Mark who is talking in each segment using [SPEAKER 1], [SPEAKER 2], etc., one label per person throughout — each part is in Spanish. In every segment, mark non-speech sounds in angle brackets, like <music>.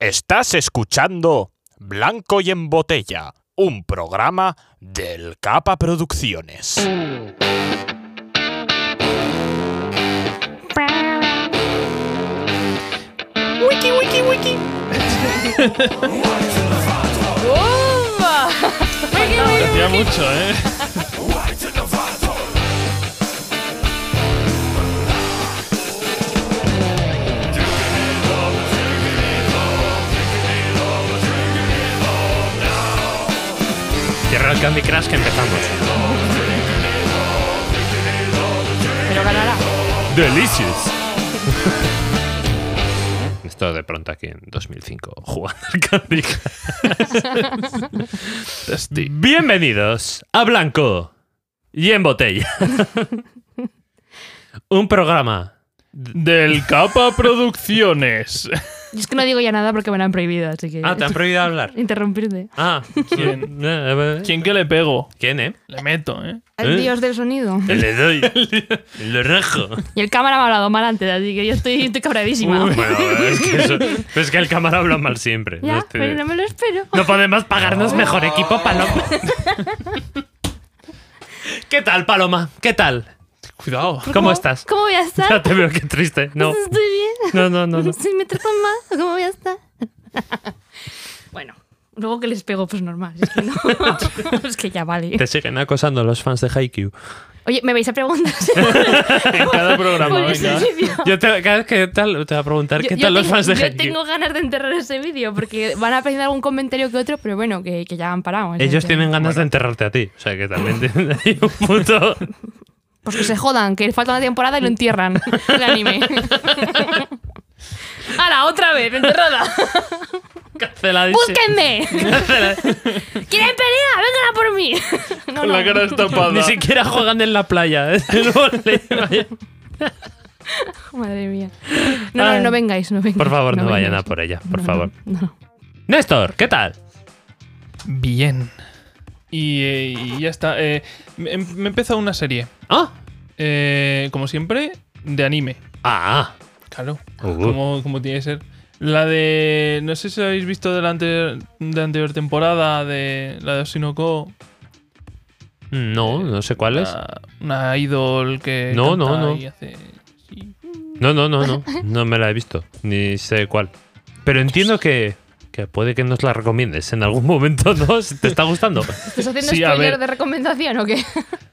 [SPEAKER 1] Estás escuchando Blanco y en Botella, un programa del Capa Producciones.
[SPEAKER 2] Wiki, wiki, wiki. ¡Bumba! Wiki, wiki.
[SPEAKER 3] Hacía mucho, ¿eh? Cierra el Candy Crush que empezamos.
[SPEAKER 2] Pero ganará.
[SPEAKER 3] Delicious. <laughs> Esto de pronto aquí en 2005 jugando al
[SPEAKER 2] <laughs>
[SPEAKER 3] Candy Crush. Tasty. Bienvenidos a Blanco y
[SPEAKER 2] <laughs>
[SPEAKER 3] en Botella. Un programa del Capa Producciones.
[SPEAKER 2] Yo es que no digo ya nada porque me lo han prohibido, así que.
[SPEAKER 3] Ah, te
[SPEAKER 2] <laughs>
[SPEAKER 3] han prohibido hablar.
[SPEAKER 2] Interrumpirte.
[SPEAKER 3] Ah, ¿quién?
[SPEAKER 2] <laughs>
[SPEAKER 4] <laughs>
[SPEAKER 3] Eh,
[SPEAKER 4] ¿Quién que le pego?
[SPEAKER 3] ¿Quién, eh?
[SPEAKER 4] Le meto, ¿eh?
[SPEAKER 2] El
[SPEAKER 3] ¿Eh?
[SPEAKER 2] dios del sonido. <laughs>
[SPEAKER 3] Le doy. Le rajo.
[SPEAKER 2] Y el cámara me ha hablado mal antes, así que yo estoy, estoy cabradísima.
[SPEAKER 3] Ah, Bueno, es que, <laughs> eso- pero es que el cámara habla mal siempre.
[SPEAKER 2] ya,
[SPEAKER 3] no estoy-
[SPEAKER 2] pero no me lo espero.
[SPEAKER 3] No podemos pagarnos mejor equipo, Paloma. <laughs> ¿Qué tal, Paloma? ¿Qué tal?
[SPEAKER 4] Cuidado.
[SPEAKER 3] ¿Cómo estás?
[SPEAKER 2] ¿Cómo
[SPEAKER 3] <laughs>
[SPEAKER 2] voy a
[SPEAKER 3] Ya
[SPEAKER 2] estar?
[SPEAKER 3] te veo que triste. No,
[SPEAKER 2] Estoy bien.
[SPEAKER 3] no, no, no. no.
[SPEAKER 2] Si me tratan mal, ¿cómo voy a estar? <laughs> bueno, luego que les pego, pues normal. Es que,
[SPEAKER 3] <laughs>
[SPEAKER 2] no. <laughs> es que ya vale.
[SPEAKER 3] Te siguen acosando los fans de Haikyuu.
[SPEAKER 2] Oye, ¿me vais a preguntar?
[SPEAKER 4] En cada programa,
[SPEAKER 2] Por
[SPEAKER 4] venga.
[SPEAKER 2] ese vídeo.
[SPEAKER 3] Yo te, cada vez que tal, te voy a preguntar
[SPEAKER 2] Yo-
[SPEAKER 3] qué
[SPEAKER 2] yo
[SPEAKER 3] tal los
[SPEAKER 2] tengo-
[SPEAKER 3] fans de
[SPEAKER 2] Yo
[SPEAKER 3] Haikyuu.
[SPEAKER 2] tengo ganas de enterrar ese vídeo porque van a aprender algún comentario que otro, pero bueno, que, que ya han parado.
[SPEAKER 3] Ellos
[SPEAKER 2] entonces-
[SPEAKER 3] tienen ganas de enterrarte a ti. O sea, que también <laughs> tienen ahí un <laughs> puto...
[SPEAKER 2] Pues que se jodan, que falta una temporada y lo
[SPEAKER 3] <laughs>
[SPEAKER 2] entierran. El anime. ¡Hala, otra vez! ¡Enterrada!
[SPEAKER 3] Canceladísimo.
[SPEAKER 2] ¡Búsquenme!
[SPEAKER 3] <laughs>
[SPEAKER 2] ¿Quieren pelea? ¡Vengan a por mí! No,
[SPEAKER 4] Con
[SPEAKER 2] no.
[SPEAKER 4] la cara estampada.
[SPEAKER 3] Ni siquiera juegan en la playa. ¿eh? <laughs> No le- vaya-
[SPEAKER 2] Madre mía. No, no, no vengáis, no vengáis.
[SPEAKER 3] Ah, Por favor, no vayan a
[SPEAKER 2] vengáis.
[SPEAKER 3] por ella, por
[SPEAKER 2] No,
[SPEAKER 3] favor.
[SPEAKER 2] No, no.
[SPEAKER 3] Néstor, ¿qué tal?
[SPEAKER 4] Bien. Y, eh, y ya está. Eh, me em- me he empezado una serie.
[SPEAKER 3] Ah,
[SPEAKER 4] Eh, como siempre, de anime.
[SPEAKER 3] ah,
[SPEAKER 4] Claro.
[SPEAKER 3] Uh.
[SPEAKER 4] Como, como tiene que ser. La de. No sé si lo habéis visto de la anterior, de la anterior temporada, de la de Oshinoko.
[SPEAKER 3] no, no sé cuál es.
[SPEAKER 4] Una, una idol que.
[SPEAKER 3] No, no,
[SPEAKER 4] canta
[SPEAKER 3] no.
[SPEAKER 4] y hace- sí.
[SPEAKER 3] No, no, no, no, no me la he visto, ni sé cuál. Pero entiendo que, que puede que nos la recomiendes en algún momento, ¿no? Si ¿Te está gustando?
[SPEAKER 2] ¿Estás haciendo
[SPEAKER 4] Sí, a
[SPEAKER 2] spoiler
[SPEAKER 4] ver.
[SPEAKER 2] de recomendación o qué?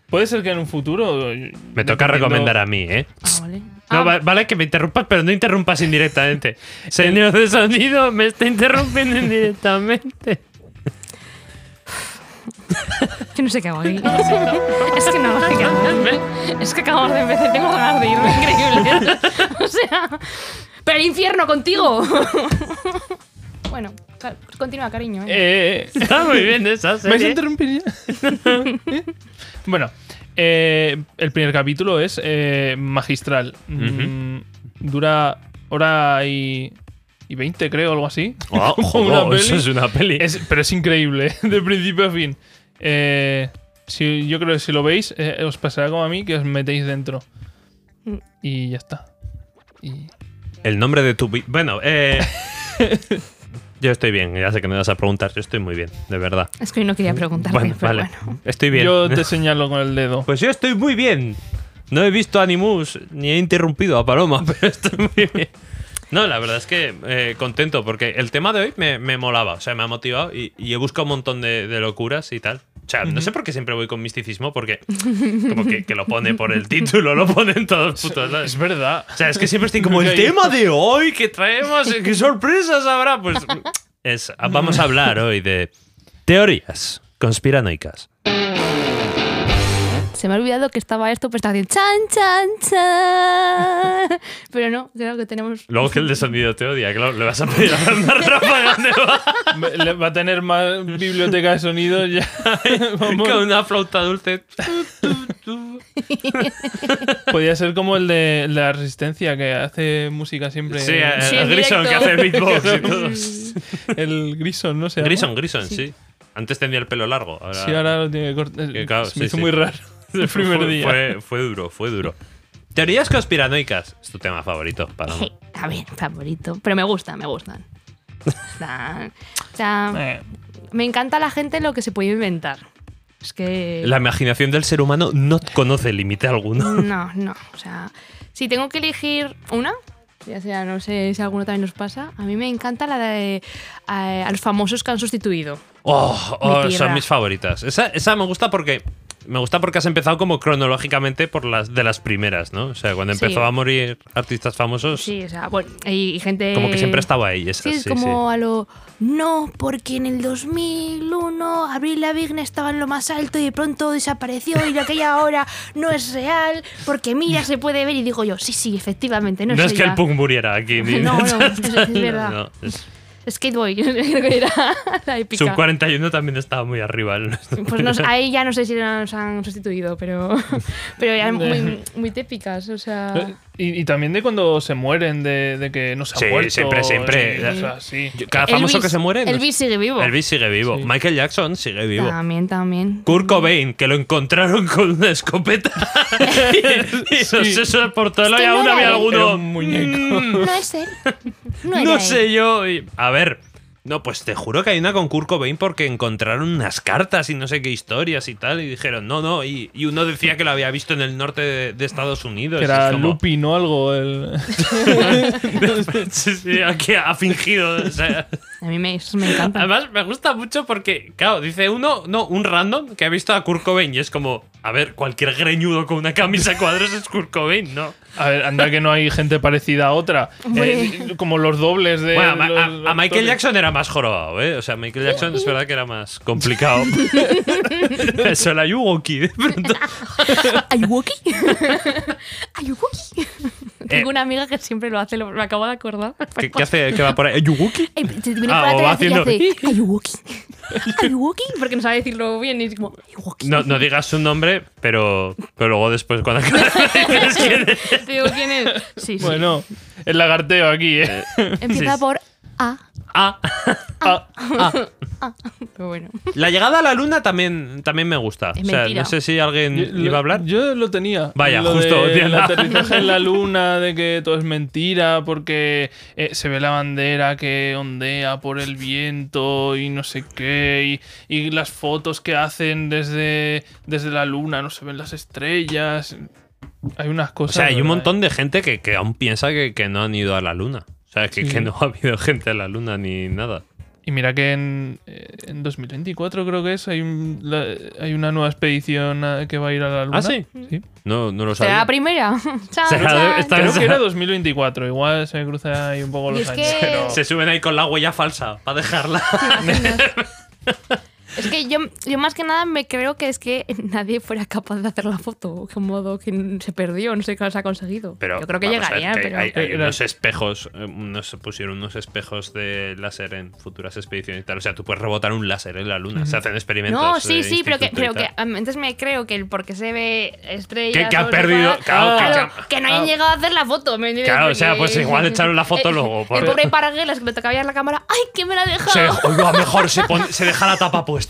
[SPEAKER 4] Puede ser que en un futuro.
[SPEAKER 3] Me toca recomendar a mí, ¿eh?
[SPEAKER 2] Ah, vale.
[SPEAKER 3] No,
[SPEAKER 2] Ah,
[SPEAKER 3] va- vale que me interrumpas, pero no interrumpas indirectamente. Señor de sonido, me está interrumpiendo indirectamente.
[SPEAKER 2] Yo no sé qué hago aquí. es que no, sé qué hago. es que acabamos de empezar, tengo ganas de irme, increíble. o sea, pero el infierno contigo. bueno, ca- continúa, cariño. ¿eh?
[SPEAKER 4] Eh,
[SPEAKER 3] Está muy bien esa
[SPEAKER 4] ¿Me vais a
[SPEAKER 3] serie.
[SPEAKER 4] interrumpir ya? ¿Eh? bueno, eh, el primer capítulo es eh, magistral. Mm, Dura hora y, y 20, creo, algo así.
[SPEAKER 3] Ah,
[SPEAKER 4] Como
[SPEAKER 3] joder,
[SPEAKER 4] una
[SPEAKER 3] eso
[SPEAKER 4] peli.
[SPEAKER 3] es una peli.
[SPEAKER 4] Es- pero es increíble, <laughs> de principio a fin. Eh, si, yo creo que si lo veis, eh, os pasará como a mí que os metéis dentro. Y ya está. Y-
[SPEAKER 3] El nombre de tu... vi- Bueno, eh... Yo estoy bien, ya sé que me vas a preguntar, yo estoy muy bien, de verdad.
[SPEAKER 2] Es que hoy no quería preguntarte,
[SPEAKER 3] bueno,
[SPEAKER 2] pero
[SPEAKER 3] vale,
[SPEAKER 2] bueno.
[SPEAKER 3] estoy bien. <laughs>
[SPEAKER 4] Yo te señalo con el dedo.
[SPEAKER 3] Pues yo estoy muy bien. No he visto Animus ni he interrumpido a Paloma, <laughs> pero estoy muy bien. No, la verdad es que eh, contento porque el tema de hoy me, me molaba, o sea, me ha motivado y, y he buscado un montón de, de locuras y tal. O sea, no sé por qué siempre voy con misticismo porque como que, que lo pone por el título, lo pone en todos putos lados.
[SPEAKER 4] Es verdad.
[SPEAKER 3] O sea, es que siempre estoy como el
[SPEAKER 4] Ok.
[SPEAKER 3] tema de hoy que traemos, eh, qué sorpresas habrá. Pues es, vamos a hablar hoy de teorías conspiranoicas.
[SPEAKER 2] Se me ha olvidado que estaba esto, pues estaba haciendo chan, chan, chan. Pero no, creo que tenemos.
[SPEAKER 3] Luego que el de sonido te odia, claro, le vas a pedir a Fernando Rafa dónde va
[SPEAKER 4] Me- le- Va a tener más biblioteca de sonidos ya. <laughs> Vamos.
[SPEAKER 3] con una flauta dulce.
[SPEAKER 4] Podría ser como el de, el de la resistencia que hace música siempre.
[SPEAKER 3] Sí, eh. a-
[SPEAKER 2] Sí,
[SPEAKER 3] a
[SPEAKER 2] en
[SPEAKER 3] Grison
[SPEAKER 2] directo.
[SPEAKER 3] que hace beatbox
[SPEAKER 2] <laughs>
[SPEAKER 3] y todo.
[SPEAKER 4] el Grison, no sé.
[SPEAKER 3] Grison, Grison, sí. Antes tenía el pelo largo. Ahora
[SPEAKER 4] Sí, ahora lo tiene corto.
[SPEAKER 3] Que claro,
[SPEAKER 4] Se
[SPEAKER 3] sí,
[SPEAKER 4] me hizo
[SPEAKER 3] sí.
[SPEAKER 4] muy raro el
[SPEAKER 3] <laughs>
[SPEAKER 4] primer
[SPEAKER 3] fue,
[SPEAKER 4] día.
[SPEAKER 3] Fue, fue duro, fue duro. Teorías conspiranoicas. Es tu tema favorito, Paloma.
[SPEAKER 2] Je, A ver, favorito. Pero me gustan, me gustan. Nah. O sea,
[SPEAKER 4] Eh,
[SPEAKER 2] me encanta la gente lo que se puede inventar. Es que.
[SPEAKER 3] La imaginación del ser humano no conoce límite alguno.
[SPEAKER 2] No, no. O sea, si tengo que elegir una, ya sea, no sé si a alguno también nos pasa, a mí me encanta la de eh, a los famosos que han sustituido.
[SPEAKER 3] Oh,
[SPEAKER 2] Mi
[SPEAKER 3] oh,
[SPEAKER 2] tierra.
[SPEAKER 3] son mis favoritas. Esa, esa me gusta porque. Me gusta porque has empezado como cronológicamente por las de las primeras, ¿no? O sea, cuando
[SPEAKER 2] Sí.
[SPEAKER 3] empezó a morir artistas famosos,
[SPEAKER 2] Sí, o sea, bueno, y, y gente.
[SPEAKER 3] como que siempre estaba ahí. Esa,
[SPEAKER 2] Sí, es como a lo. No, porque en el 2001 Abril Lavigne estaba en lo más alto y de pronto desapareció y lo que hay ahora no es real, porque mira, se puede ver. Y digo yo, sí, sí, efectivamente, no,
[SPEAKER 3] No,
[SPEAKER 2] es
[SPEAKER 3] es que
[SPEAKER 2] ella.
[SPEAKER 3] el punk
[SPEAKER 2] <laughs>
[SPEAKER 3] muriera aquí. ni- <laughs>
[SPEAKER 2] No, no, es- es verdad.
[SPEAKER 3] no, es-
[SPEAKER 2] Skateboy, <laughs> creo que era la épica.
[SPEAKER 3] Sub 41 también estaba muy arriba. <laughs> el nuestro.
[SPEAKER 2] Pues no, sé, ahí ya no sé si nos han sustituido,
[SPEAKER 3] <laughs>
[SPEAKER 2] pero, pero eran muy, muy típicas, o
[SPEAKER 3] Eh,
[SPEAKER 2] sea...
[SPEAKER 4] y, y también de cuando se mueren, de, de que no se han
[SPEAKER 3] Sí,
[SPEAKER 4] muerto.
[SPEAKER 3] siempre, siempre.
[SPEAKER 4] y cosas así.
[SPEAKER 3] Cada famoso que se muere. no-
[SPEAKER 2] Elvis sigue vivo.
[SPEAKER 3] Elvis sigue vivo.
[SPEAKER 4] Sí.
[SPEAKER 3] Michael Jackson sigue vivo.
[SPEAKER 2] También, también.
[SPEAKER 3] Kurt Cobain, que lo encontraron <laughs> con
[SPEAKER 2] <laughs>
[SPEAKER 3] una escopeta. <laughs> y, y no sé, se por todo
[SPEAKER 2] Es que
[SPEAKER 3] y aún
[SPEAKER 2] no
[SPEAKER 3] había
[SPEAKER 2] era él.
[SPEAKER 4] Era
[SPEAKER 3] alguno.
[SPEAKER 4] un muñeco.
[SPEAKER 3] "Mm,
[SPEAKER 2] No es
[SPEAKER 3] <laughs>
[SPEAKER 2] él. No, era
[SPEAKER 3] no
[SPEAKER 2] él.
[SPEAKER 3] sé yo. y- a ver. No, pues te juro que hay una con Kurt Cobain porque encontraron unas cartas y no sé qué historias y tal. Y dijeron, no, no. Y, y uno decía que lo había visto en el norte de, de Estados Unidos.
[SPEAKER 4] Que
[SPEAKER 3] y
[SPEAKER 4] era
[SPEAKER 3] es como-
[SPEAKER 4] Lupi, ¿no? Algo. El...
[SPEAKER 3] <laughs> sí, sí, aquí ha fingido. o sea. <laughs>
[SPEAKER 2] A mí me, eso me encanta.
[SPEAKER 3] Además, me gusta mucho porque, claro, dice uno, no, un random que ha visto a Kurt Cobain y es como, a ver, cualquier greñudo con una camisa a cuadros es Kurt Cobain, ¿no?
[SPEAKER 4] A ver, anda que no hay gente parecida a otra.
[SPEAKER 2] Hombre.
[SPEAKER 4] Eh, como los dobles de.
[SPEAKER 3] Bueno, a,
[SPEAKER 4] los-
[SPEAKER 3] a- a Michael
[SPEAKER 4] actores.
[SPEAKER 3] Jackson era más jorobado, ¿eh? O sea, Michael Jackson es verdad que era más
[SPEAKER 4] <laughs>
[SPEAKER 3] complicado. Eso la Yugoki,
[SPEAKER 2] <laughs>
[SPEAKER 3] de pronto.
[SPEAKER 2] ¿Ay, <laughs> Woki? ¿Ay, Woki? Tengo una amiga que siempre lo hace, lo, me acabo de acordar.
[SPEAKER 3] eh.
[SPEAKER 2] Pues,
[SPEAKER 3] ¿Qué, qué hace? ¿Qué va por ahí? ¿Yugoki?
[SPEAKER 2] Eh, te viene
[SPEAKER 3] Ah,
[SPEAKER 2] por
[SPEAKER 3] o va
[SPEAKER 2] atrás y
[SPEAKER 3] haciendo-
[SPEAKER 2] hace ¿Ay, Woki? ¿Ay, Woki? Porque no sabe decirlo bien y es como ¿Ay, Woki?
[SPEAKER 3] No, no digas su nombre, pero, pero luego después
[SPEAKER 2] <laughs>
[SPEAKER 3] cuando acabes dices quién es.
[SPEAKER 2] Te digo ¿este quién es. Sí, sí.
[SPEAKER 4] Bueno, el lagarteo aquí, ¿eh?
[SPEAKER 2] Empieza
[SPEAKER 3] sí.
[SPEAKER 2] por A.
[SPEAKER 3] Ah,
[SPEAKER 4] Ah,
[SPEAKER 2] Pero bueno.
[SPEAKER 3] <laughs> la llegada a la luna también, también me gusta.
[SPEAKER 2] Es
[SPEAKER 3] o sea,
[SPEAKER 2] mentira.
[SPEAKER 3] no sé si alguien
[SPEAKER 4] yo-
[SPEAKER 3] Mm, iba a hablar.
[SPEAKER 4] Yo lo tenía.
[SPEAKER 3] Vaya,
[SPEAKER 4] Lo
[SPEAKER 3] justo,
[SPEAKER 4] de
[SPEAKER 3] tía,
[SPEAKER 4] El
[SPEAKER 3] la-
[SPEAKER 4] aterrizaje
[SPEAKER 3] <laughs>
[SPEAKER 4] en la luna, de que todo es mentira, porque eh, se ve la bandera que ondea por el viento y no sé qué. Y, y las fotos que hacen desde, desde la luna, no se ven las estrellas. Hay unas
[SPEAKER 3] O
[SPEAKER 4] cosas.
[SPEAKER 3] sea, hay un
[SPEAKER 4] ¿verdad?
[SPEAKER 2] eh.
[SPEAKER 3] montón de gente que, que aún piensa que, que no han ido a la luna. O sea, que, que no ha habido <laughs> gente a la luna ni nada.
[SPEAKER 4] Y mira que en, eh, en 2024 creo que es, hay, un- la- hay una nueva expedición eh, que va a ir a la luna.
[SPEAKER 3] ¿Ah, sí? No, no lo
[SPEAKER 2] ¿Será la
[SPEAKER 3] sabía.
[SPEAKER 2] primera? <laughs> Chan,
[SPEAKER 3] Será
[SPEAKER 2] chan.
[SPEAKER 3] de- esta-
[SPEAKER 4] Creo que era 2024, igual se me cruza ahí un poco
[SPEAKER 2] Y
[SPEAKER 4] los
[SPEAKER 2] es
[SPEAKER 4] años.
[SPEAKER 2] que-
[SPEAKER 4] Pero...
[SPEAKER 3] Se suben ahí con la huella falsa para
[SPEAKER 2] <laughs>
[SPEAKER 3] dejarla.
[SPEAKER 2] Es que yo, yo más que nada me creo que es que <laughs> nadie fuera capaz de hacer la foto. Que modo que se perdió, no sé qué se ha conseguido.
[SPEAKER 3] Pero,
[SPEAKER 2] yo creo que
[SPEAKER 3] vamos a ver,
[SPEAKER 2] llegaría,
[SPEAKER 3] que
[SPEAKER 2] pero...
[SPEAKER 3] Hay, hay
[SPEAKER 4] Pero-
[SPEAKER 3] unos espejos, eh, unos, se pusieron unos espejos de láser en futuras expediciones y tal. O sea, tú puedes rebotar un láser en la luna. Se hacen experimentos.
[SPEAKER 2] No,
[SPEAKER 3] de
[SPEAKER 2] sí, sí, pero que,
[SPEAKER 3] instituto y
[SPEAKER 2] pero que
[SPEAKER 3] tal.
[SPEAKER 2] um, entonces me creo que el porque se ve estrellas...
[SPEAKER 3] Que- que han
[SPEAKER 2] o lo sea,
[SPEAKER 3] perdido- claro, que-
[SPEAKER 2] claro,
[SPEAKER 3] que han-
[SPEAKER 2] que no hayan
[SPEAKER 4] ah.
[SPEAKER 2] llegado a hacer la foto. ¿me entiendes?
[SPEAKER 3] Claro, o sea,
[SPEAKER 2] Porque-
[SPEAKER 3] pues igual echaron la foto luego, por-
[SPEAKER 2] <laughs> El pobre Paraguelas que le tocaba ya la cámara. ¡Ay, que me la ha dejado!
[SPEAKER 3] Se, oiga, mejor se, pon- se deja la
[SPEAKER 2] <laughs>
[SPEAKER 3] tapa puesta.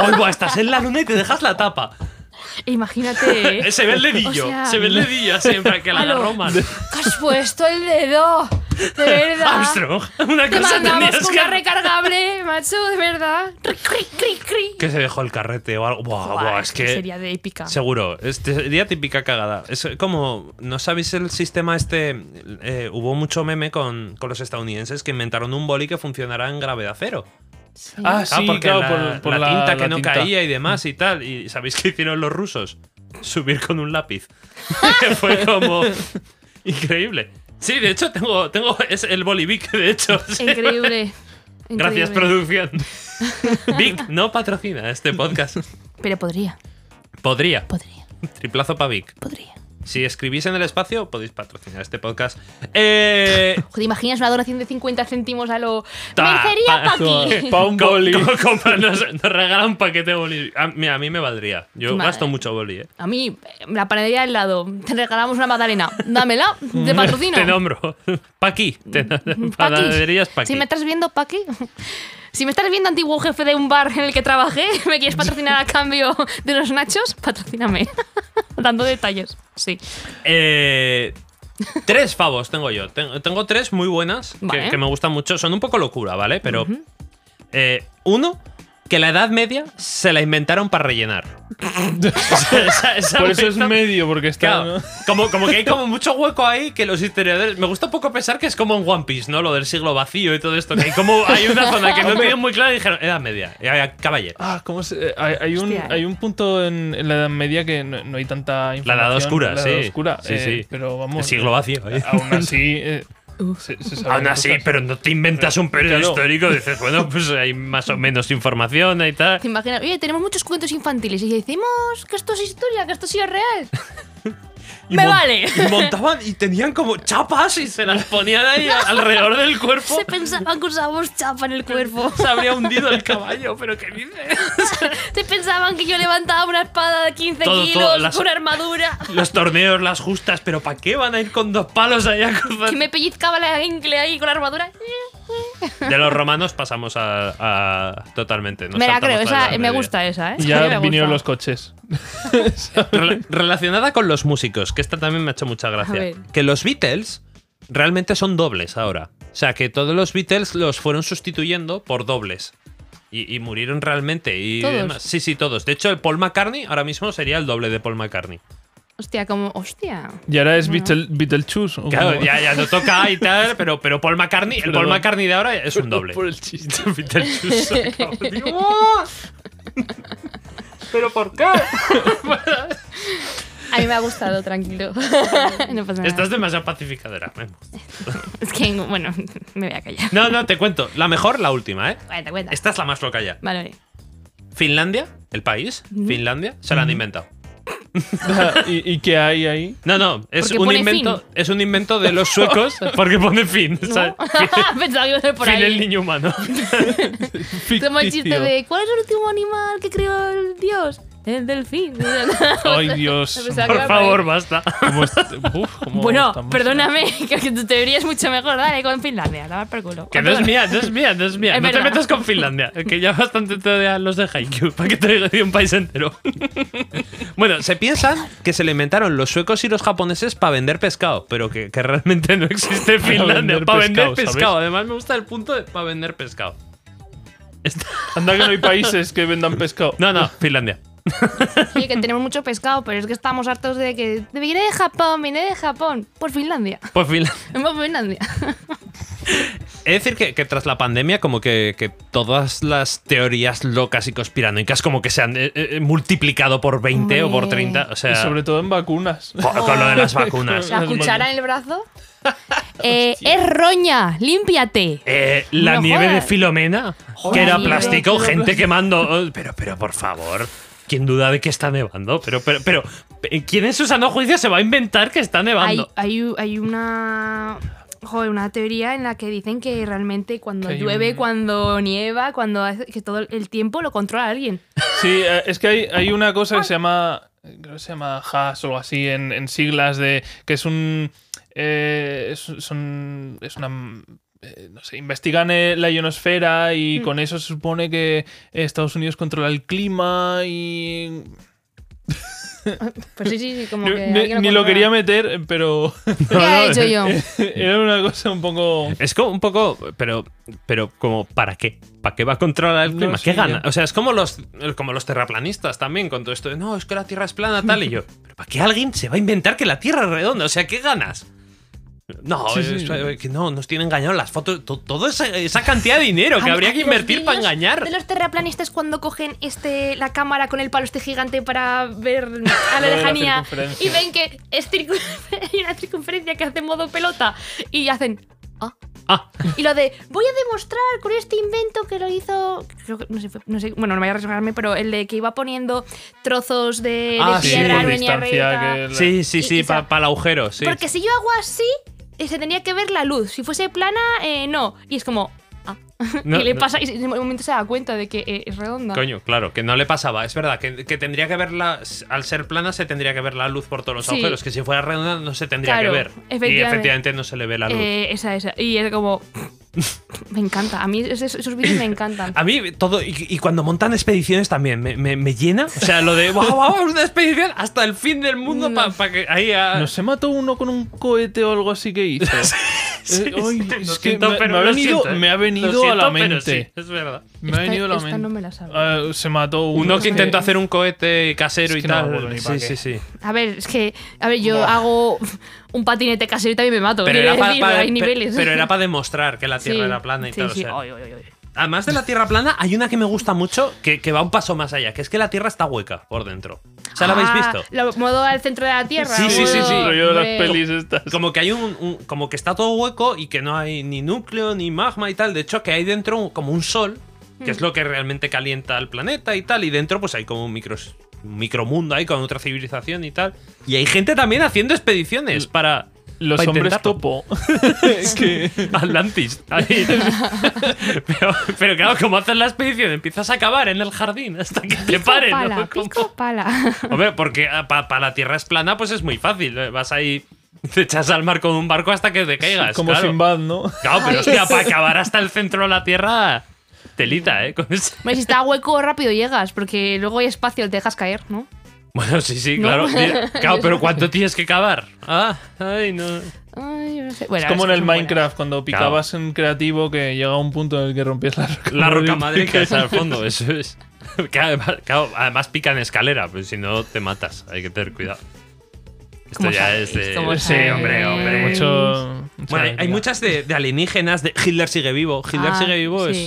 [SPEAKER 3] Oiga, estás en la luna y te dejas la tapa. <laughs>
[SPEAKER 2] Imagínate.
[SPEAKER 3] Eh, Se ve el dedillo,
[SPEAKER 2] O sea,
[SPEAKER 3] se ve el dedillo así, en plan
[SPEAKER 2] <laughs>
[SPEAKER 3] que la
[SPEAKER 2] Aló.
[SPEAKER 3] agarró mal.
[SPEAKER 2] ¡Que has puesto el dedo! De verdad.
[SPEAKER 3] <laughs> Armstrong, <laughs> una
[SPEAKER 2] Te
[SPEAKER 3] cosa
[SPEAKER 2] mandamos
[SPEAKER 3] tenías
[SPEAKER 2] con una <laughs>
[SPEAKER 3] que...
[SPEAKER 2] recargable, macho, de verdad. Cri, cri, cri, cri.
[SPEAKER 3] Que se dejó el carrete o algo. Buah,
[SPEAKER 2] Buah,
[SPEAKER 3] buah, es que...
[SPEAKER 2] Sería de épica.
[SPEAKER 3] Seguro, este sería típica cagada. Es como, ¿no sabéis el sistema este? Eh, hubo mucho meme con, con los estadounidenses que inventaron un boli que funcionara en gravedad cero.
[SPEAKER 2] Sí.
[SPEAKER 4] Ah, sí,
[SPEAKER 3] Ah, porque
[SPEAKER 4] claro,
[SPEAKER 3] la,
[SPEAKER 4] por, por
[SPEAKER 3] la tinta que
[SPEAKER 4] la
[SPEAKER 3] no
[SPEAKER 4] tinta.
[SPEAKER 3] caía y demás y tal. ¿Y sabéis qué hicieron los rusos? <laughs> Subir con un lápiz. <laughs> Que Fue
[SPEAKER 2] <laughs>
[SPEAKER 3] como increíble. Sí, de hecho tengo, tengo es el bolivic, de hecho.
[SPEAKER 2] <laughs>
[SPEAKER 3] Sí.
[SPEAKER 2] Increíble.
[SPEAKER 3] Gracias,
[SPEAKER 2] Increíble.
[SPEAKER 3] producción. <laughs> Vic no patrocina este podcast.
[SPEAKER 2] Pero podría,
[SPEAKER 3] Podría.
[SPEAKER 2] podría,
[SPEAKER 3] Triplazo para Vic.
[SPEAKER 2] podría.
[SPEAKER 3] Si escribís en el espacio, podéis patrocinar este podcast. Eh,
[SPEAKER 2] Joder, imaginas una donación de 50 céntimos a lo.
[SPEAKER 3] <laughs> Ta-
[SPEAKER 2] ¡Mercería
[SPEAKER 3] pa- <laughs>
[SPEAKER 2] Paqui!
[SPEAKER 4] Pa' un
[SPEAKER 3] co-
[SPEAKER 4] boli.
[SPEAKER 3] co- compra- nos, nos regala un paquete de boli. A, mira, a mí me valdría. Yo
[SPEAKER 2] Madre.
[SPEAKER 3] gasto mucho boli, ¿eh?
[SPEAKER 2] <laughs> A mí, eh, la panadería al lado, te regalamos una magdalena. Dámela, te patrocino.
[SPEAKER 3] Te nombro. <laughs> Paqui. Te, <laughs>
[SPEAKER 2] Paqui.
[SPEAKER 3] panaderías Paqui.
[SPEAKER 2] Si me estás viendo, Paqui. Si me estás viendo, antiguo jefe de un bar en el que trabajé, <laughs> me quieres patrocinar a cambio <laughs> de los nachos, patrocíname. Dando detalles, sí.
[SPEAKER 3] Eh, Tres favos tengo yo. Ten- Tengo tres muy buenas que-
[SPEAKER 2] Vale.
[SPEAKER 3] que, me gustan mucho. Son un poco locura, ¿vale? Pero. eh, uno, que la Edad Media se la inventaron para rellenar. <laughs> Esa- esa
[SPEAKER 4] Por eso es
[SPEAKER 3] meta-
[SPEAKER 4] medio, porque está.
[SPEAKER 3] Claro,
[SPEAKER 4] ¿no?
[SPEAKER 3] como, como que hay como mucho hueco ahí que los historiadores. Me gusta un poco pensar que es como en One Piece, ¿no? Lo del siglo vacío y todo esto. Que hay como hay una zona que no tienen muy clara y dijeron, Edad Media, eh, caballero.
[SPEAKER 4] Ah, ¿cómo se.? eh, Hay, hay un,
[SPEAKER 2] Hostia.
[SPEAKER 4] hay un punto en, en la Edad Media que no, no hay tanta
[SPEAKER 3] La
[SPEAKER 4] información.
[SPEAKER 3] edad oscura,
[SPEAKER 4] la
[SPEAKER 3] sí.
[SPEAKER 4] edad oscura,
[SPEAKER 3] Sí,
[SPEAKER 4] eh,
[SPEAKER 3] sí.
[SPEAKER 4] Pero vamos.
[SPEAKER 3] El siglo vacío. ahí.
[SPEAKER 4] Aún así. eh, se- se saben
[SPEAKER 3] Aún así,
[SPEAKER 4] cosas.
[SPEAKER 3] pero no te inventas un periodo
[SPEAKER 4] Claro.
[SPEAKER 3] histórico. Dices, bueno, pues hay más o menos información y tal.
[SPEAKER 2] ¿Te imaginas? Oye, tenemos muchos cuentos infantiles y decimos que esto es historia, que esto sí es real.
[SPEAKER 3] Oh. Y
[SPEAKER 2] <laughs> ¡Me
[SPEAKER 3] mon-
[SPEAKER 2] vale!
[SPEAKER 3] Y montaban y tenían como chapas y se las ponían ahí a- alrededor del cuerpo.
[SPEAKER 2] <laughs> Se pensaban que usábamos chapa en el
[SPEAKER 3] <laughs>
[SPEAKER 2] cuerpo.
[SPEAKER 3] Se habría hundido el caballo, pero ¿qué dices?
[SPEAKER 2] Se pensaban que yo levantaba una espada de 15
[SPEAKER 3] Todo, todo,
[SPEAKER 2] kilos,
[SPEAKER 3] las-
[SPEAKER 2] una armadura.
[SPEAKER 3] Los torneos, las justas, pero ¿para qué van a ir con dos palos allá a
[SPEAKER 2] <laughs>
[SPEAKER 3] cruzar?
[SPEAKER 2] Que me pellizcaba la ingle ahí con la armadura.
[SPEAKER 3] De los romanos pasamos a, a- totalmente. nos
[SPEAKER 2] me la
[SPEAKER 3] saltamos
[SPEAKER 2] creo,
[SPEAKER 3] toda la
[SPEAKER 2] esa,
[SPEAKER 3] Edad
[SPEAKER 2] me
[SPEAKER 3] Media.
[SPEAKER 2] gusta esa, ¿eh? A
[SPEAKER 4] Y
[SPEAKER 2] mí me
[SPEAKER 4] Ya
[SPEAKER 2] gusta.
[SPEAKER 4] vinieron los coches.
[SPEAKER 3] Rela- relacionada con los músicos, que esta también me ha hecho mucha
[SPEAKER 2] A
[SPEAKER 3] gracia.
[SPEAKER 2] ver.
[SPEAKER 3] Que los Beatles realmente son dobles ahora. O sea, que todos los Beatles los fueron sustituyendo por dobles. Y, y murieron realmente. Y
[SPEAKER 2] ¿Todos?
[SPEAKER 3] demás. Sí, sí, todos. De hecho, el Paul McCartney ahora mismo sería el doble de Paul McCartney.
[SPEAKER 4] Uh.
[SPEAKER 2] Hostia, como. Hostia.
[SPEAKER 4] Y ahora es Beatle- Beetlejuice. o
[SPEAKER 3] Claro,
[SPEAKER 4] como-
[SPEAKER 3] ya, ya no toca y
[SPEAKER 4] <laughs>
[SPEAKER 3] tal, pero, pero Paul McCartney, el Paul
[SPEAKER 4] Perdón.
[SPEAKER 3] McCartney de ahora es
[SPEAKER 4] <laughs>
[SPEAKER 3] un doble.
[SPEAKER 4] Por el chiste.
[SPEAKER 3] Beetlejuice, cabrón. ¿Pero por qué?
[SPEAKER 2] A mí me ha gustado, tranquilo. <laughs> no pasa nada.
[SPEAKER 3] <laughs> Estás demasiado pacificadora. Memo.
[SPEAKER 2] Es que, bueno, me voy a callar.
[SPEAKER 3] No, no, te cuento. La mejor, la última, ¿eh?
[SPEAKER 2] Cuenta, cuenta.
[SPEAKER 3] Esta es la más loca ya.
[SPEAKER 2] Vale, vale.
[SPEAKER 3] Finlandia, el país, Finlandia, se la han inventado.
[SPEAKER 4] <laughs> ¿Y, y qué hay ahí?
[SPEAKER 3] No, no, es
[SPEAKER 2] Porque
[SPEAKER 3] un,
[SPEAKER 2] pone
[SPEAKER 3] invento,
[SPEAKER 2] fin.
[SPEAKER 3] es un invento de los
[SPEAKER 2] <laughs>
[SPEAKER 3] suecos porque pone <laughs> fin. ¿sabes?
[SPEAKER 2] Pensaba que iba a ser por
[SPEAKER 3] Fin el
[SPEAKER 2] ahí. <laughs>
[SPEAKER 3] niño humano.
[SPEAKER 2] Como el chiste
[SPEAKER 4] Ficticio.
[SPEAKER 2] de ¿cuál es el último animal que creó el dios? El delfín.
[SPEAKER 3] <laughs>
[SPEAKER 4] Ay, Dios.
[SPEAKER 2] Pensaba que
[SPEAKER 3] Por
[SPEAKER 2] iba
[SPEAKER 3] favor,
[SPEAKER 2] ahí.
[SPEAKER 3] basta.
[SPEAKER 4] ¿Cómo es- uf, cómo
[SPEAKER 2] <laughs> Bueno,
[SPEAKER 4] estamos.
[SPEAKER 2] perdóname, <laughs> que tu teoría es mucho mejor. Dale, con Finlandia, a tomar por culo.
[SPEAKER 3] Que no es mía, no es mía, no es mía.
[SPEAKER 2] Es
[SPEAKER 3] no te
[SPEAKER 2] verdad.
[SPEAKER 3] metas
[SPEAKER 2] <laughs>
[SPEAKER 3] con Finlandia, que ya bastante te odian los de Haikyuu, para que te odie un país
[SPEAKER 2] <laughs>
[SPEAKER 3] entero. bueno, se piensan que se le inventaron los suecos y los japoneses para vender pescado, pero que, que realmente
[SPEAKER 2] <laughs>
[SPEAKER 3] no existe Finlandia.
[SPEAKER 4] vender
[SPEAKER 3] Para vender pescado,
[SPEAKER 4] pescado, ¿sabes?
[SPEAKER 3] además me gusta el punto de para vender pescado. Está-
[SPEAKER 4] Anda que no hay países que vendan pescado.
[SPEAKER 3] No, no, Finlandia.
[SPEAKER 2] Oye, que tenemos mucho pescado, pero es que estamos hartos de que de- viene de Japón, viene de Japón, por Finlandia. <laughs>
[SPEAKER 3] Pues Finlandia.
[SPEAKER 2] Por
[SPEAKER 3] <laughs>
[SPEAKER 2] Finlandia.
[SPEAKER 3] Es decir, que, que tras la pandemia, como que, que todas las teorías locas y conspiranoicas, como que se han eh, eh, multiplicado por 20 o por
[SPEAKER 2] Hombre.
[SPEAKER 3] 30. O sea,
[SPEAKER 4] Y sobre todo en vacunas.
[SPEAKER 3] con, con lo de las
[SPEAKER 4] <laughs>
[SPEAKER 3] vacunas.
[SPEAKER 2] La cuchara en el
[SPEAKER 3] <laughs>
[SPEAKER 2] brazo. Eh, es roña, límpiate.
[SPEAKER 3] Eh, la
[SPEAKER 2] No
[SPEAKER 3] nieve de
[SPEAKER 2] jodas.
[SPEAKER 3] Filomena, que
[SPEAKER 2] Joder,
[SPEAKER 3] era
[SPEAKER 2] nieve,
[SPEAKER 3] plástico,
[SPEAKER 4] tío,
[SPEAKER 3] gente quemando. Oh, Pero, pero, por favor. ¿Quién duda de que está nevando? Pero, pero, pero, eh, ¿quién en su sano juicio se va a inventar que está
[SPEAKER 2] Hay,
[SPEAKER 3] nevando?
[SPEAKER 2] hay, u- hay una. joder, una teoría en la que dicen que realmente cuando
[SPEAKER 4] Que hay
[SPEAKER 2] llueve,
[SPEAKER 4] un-
[SPEAKER 2] cuando nieva, cuando hace- que todo el tiempo lo controla alguien. <laughs>
[SPEAKER 4] Sí, eh, es que hay, hay una cosa que se llama. Creo que se llama HAS o algo así en, en siglas de. que es un. eh, es, son- es una. eh, no sé, investigan eh, la ionosfera
[SPEAKER 3] Mm.
[SPEAKER 4] y con eso se supone que Estados Unidos controla el clima y.
[SPEAKER 2] Pues sí, sí, sí, como
[SPEAKER 4] Ni,
[SPEAKER 2] que
[SPEAKER 4] ni-
[SPEAKER 2] alguien
[SPEAKER 4] ni lo
[SPEAKER 2] controla.
[SPEAKER 4] quería meter, pero.
[SPEAKER 2] ¿Qué <laughs> ha hecho
[SPEAKER 4] <laughs>
[SPEAKER 2] yo?
[SPEAKER 3] Oh.
[SPEAKER 4] era una cosa un poco.
[SPEAKER 3] Es como un poco, pero, pero como, ¿para qué? ¿Para qué va a controlar el
[SPEAKER 4] No,
[SPEAKER 3] clima?
[SPEAKER 4] sí,
[SPEAKER 3] ¿Qué gana?
[SPEAKER 4] ya.
[SPEAKER 3] O sea, es como los, como los terraplanistas también con todo esto de, no, es que la Tierra es plana, tal, y yo, ¿pero para qué alguien se va a inventar que la Tierra es redonda? O sea, ¿qué ganas? No,
[SPEAKER 4] Sí,
[SPEAKER 3] es-
[SPEAKER 4] sí.
[SPEAKER 3] eh, que no, nos tienen engañado las fotos, to- toda esa, esa cantidad de dinero que
[SPEAKER 2] Ay,
[SPEAKER 3] habría que
[SPEAKER 2] los
[SPEAKER 3] invertir para
[SPEAKER 2] vídeos
[SPEAKER 3] engañar.
[SPEAKER 2] De los terraplanistas cuando cogen este la cámara con el palo este gigante para
[SPEAKER 4] <laughs>
[SPEAKER 2] ver a la
[SPEAKER 4] Lo de la
[SPEAKER 2] lejanía
[SPEAKER 4] circunferencia.
[SPEAKER 2] y ven que es circun- <laughs> hay una circunferencia que hace modo pelota y hacen ah.
[SPEAKER 3] Ah,
[SPEAKER 2] Y lo de voy a demostrar con este invento que lo hizo creo que- no sé, fue- no sé, bueno, no me voy a arriesgarme, pero el de que iba poniendo trozos de,
[SPEAKER 3] Ah,
[SPEAKER 2] de
[SPEAKER 3] sí,
[SPEAKER 2] piedra
[SPEAKER 3] por
[SPEAKER 2] venía arriba.
[SPEAKER 4] que la-
[SPEAKER 3] sí, sí,
[SPEAKER 2] Y-
[SPEAKER 3] sí,
[SPEAKER 2] y
[SPEAKER 3] para
[SPEAKER 2] sa-
[SPEAKER 3] el agujero, sí.
[SPEAKER 2] Porque si yo hago así, eh, se tenía que ver la luz. Si fuese plana, eh, no. Y es como. <laughs> Ah.
[SPEAKER 3] No,
[SPEAKER 2] y le
[SPEAKER 3] no.
[SPEAKER 2] pasa. Y en el momento se da cuenta de que eh, es redonda.
[SPEAKER 3] Coño, claro, que no le pasaba. Es verdad que, que tendría que verla, al ser plana, se tendría que ver la luz por todos los
[SPEAKER 2] Sí.
[SPEAKER 3] agujeros, que si fuera redonda no se tendría
[SPEAKER 2] Claro,
[SPEAKER 3] que ver. Y
[SPEAKER 2] efectivamente.
[SPEAKER 3] efectivamente no se le ve la luz. <laughs>
[SPEAKER 2] Eh, esa, esa. Y es como. Me encanta. A mí es- es- esos vídeos me encantan.
[SPEAKER 3] A mí todo, y, y cuando montan expediciones también, me, me- me llena. O sea, lo de, wow, vamos, una expedición hasta el fin del mundo para que ahí a...
[SPEAKER 4] Ah,
[SPEAKER 3] <laughs>
[SPEAKER 4] No se mató uno con un cohete o algo así que hizo. Eh, ay,
[SPEAKER 3] Lo
[SPEAKER 4] es que
[SPEAKER 3] siento,
[SPEAKER 4] me,
[SPEAKER 3] pero
[SPEAKER 4] me ha
[SPEAKER 3] lo
[SPEAKER 4] venido,
[SPEAKER 3] siento. ¿eh?
[SPEAKER 4] me ha venido
[SPEAKER 3] Lo
[SPEAKER 4] a la
[SPEAKER 3] siento, pero
[SPEAKER 4] mente.
[SPEAKER 3] sí, es verdad.
[SPEAKER 4] Me
[SPEAKER 2] Esta-
[SPEAKER 4] ha venido a la
[SPEAKER 2] esta
[SPEAKER 4] mente.
[SPEAKER 2] no me la sabía.
[SPEAKER 4] Ah, se mató uno.
[SPEAKER 3] Uno que intentó hacer un cohete casero
[SPEAKER 4] Es que
[SPEAKER 3] y
[SPEAKER 4] no me
[SPEAKER 3] tal.
[SPEAKER 4] acuerdo ni pa'
[SPEAKER 3] sí, sí,
[SPEAKER 4] qué.
[SPEAKER 3] sí.
[SPEAKER 2] A ver, es que. A ver, yo hago un patinete casero y también me mato.
[SPEAKER 3] Pero
[SPEAKER 2] quiero
[SPEAKER 3] era, para,
[SPEAKER 2] decir, hay niveles. <laughs>
[SPEAKER 3] demostrar que la Tierra
[SPEAKER 2] Sí,
[SPEAKER 3] era plana y
[SPEAKER 2] sí,
[SPEAKER 3] tal.
[SPEAKER 2] sí.
[SPEAKER 3] o sea.
[SPEAKER 2] Ay, ay, ay, ay.
[SPEAKER 3] Además de la Tierra plana, hay una que me gusta mucho que, que va un paso más allá, que es que la Tierra está hueca por dentro. O sea, ¿la habéis
[SPEAKER 2] Ah,
[SPEAKER 3] visto?
[SPEAKER 2] Lo modo al centro de la tierra.
[SPEAKER 4] Sí, sí, sí, sí.
[SPEAKER 2] modo-
[SPEAKER 4] rollo de las
[SPEAKER 2] hombre.
[SPEAKER 4] pelis estas.
[SPEAKER 3] Como que hay un, un- como que está todo hueco y que no hay ni núcleo ni magma y tal. De hecho, que hay dentro un- como un sol, que es lo que realmente calienta el planeta y tal. Y dentro, pues hay como un micro un micromundo ahí con otra civilización y tal. Y hay gente también haciendo expediciones para
[SPEAKER 4] Los
[SPEAKER 3] para
[SPEAKER 4] hombres
[SPEAKER 3] intentarlo. <laughs>
[SPEAKER 4] topo. Es que-
[SPEAKER 3] Atlantis. <laughs> Ahí. pero, pero claro, como haces la expedición, empiezas a acabar en el jardín hasta que te paren. ¿no?
[SPEAKER 2] pala,
[SPEAKER 3] Como-
[SPEAKER 2] pico pala. <laughs>
[SPEAKER 3] Hombre, porque para la tierra es plana, pues es muy fácil. ¿eh? Vas ahí, te echas al mar con un barco hasta que te caigas.
[SPEAKER 4] Como
[SPEAKER 3] claro.
[SPEAKER 4] Sinbad, ¿no?
[SPEAKER 3] Claro, pero
[SPEAKER 2] Ay.
[SPEAKER 3] hostia, para acabar hasta el centro de la tierra, telita, ¿eh? Con ese-
[SPEAKER 2] Hombre, si está hueco, rápido llegas, porque luego hay espacio, te dejas caer, ¿no?
[SPEAKER 3] Bueno, sí, sí,
[SPEAKER 2] No. <laughs>
[SPEAKER 3] claro. Mira, claro, pero ¿cuánto tienes que cavar? Ah, ay, no.
[SPEAKER 2] Ay, yo no sé. Bueno,
[SPEAKER 4] Es como en
[SPEAKER 2] que
[SPEAKER 4] el
[SPEAKER 2] son buenas.
[SPEAKER 4] Minecraft, cuando picabas en creativo, que llega un punto en el que rompías la roca.
[SPEAKER 3] La
[SPEAKER 4] <laughs>
[SPEAKER 3] roca
[SPEAKER 4] madre
[SPEAKER 3] madre que está al fondo, eso es. <laughs> Que además, claro, además pica en escalera, pues si no te matas, hay que tener cuidado. Esto
[SPEAKER 2] ¿Cómo
[SPEAKER 3] ya
[SPEAKER 2] sabéis?
[SPEAKER 3] es de.
[SPEAKER 2] ¿Cómo
[SPEAKER 3] sí,
[SPEAKER 2] sabéis?
[SPEAKER 3] hombre, hombre.
[SPEAKER 4] Mucho,
[SPEAKER 3] Bueno, hay, hay muchas de, de alienígenas, de Hitler sigue vivo. Hitler
[SPEAKER 2] Ah,
[SPEAKER 3] sigue vivo
[SPEAKER 2] sí.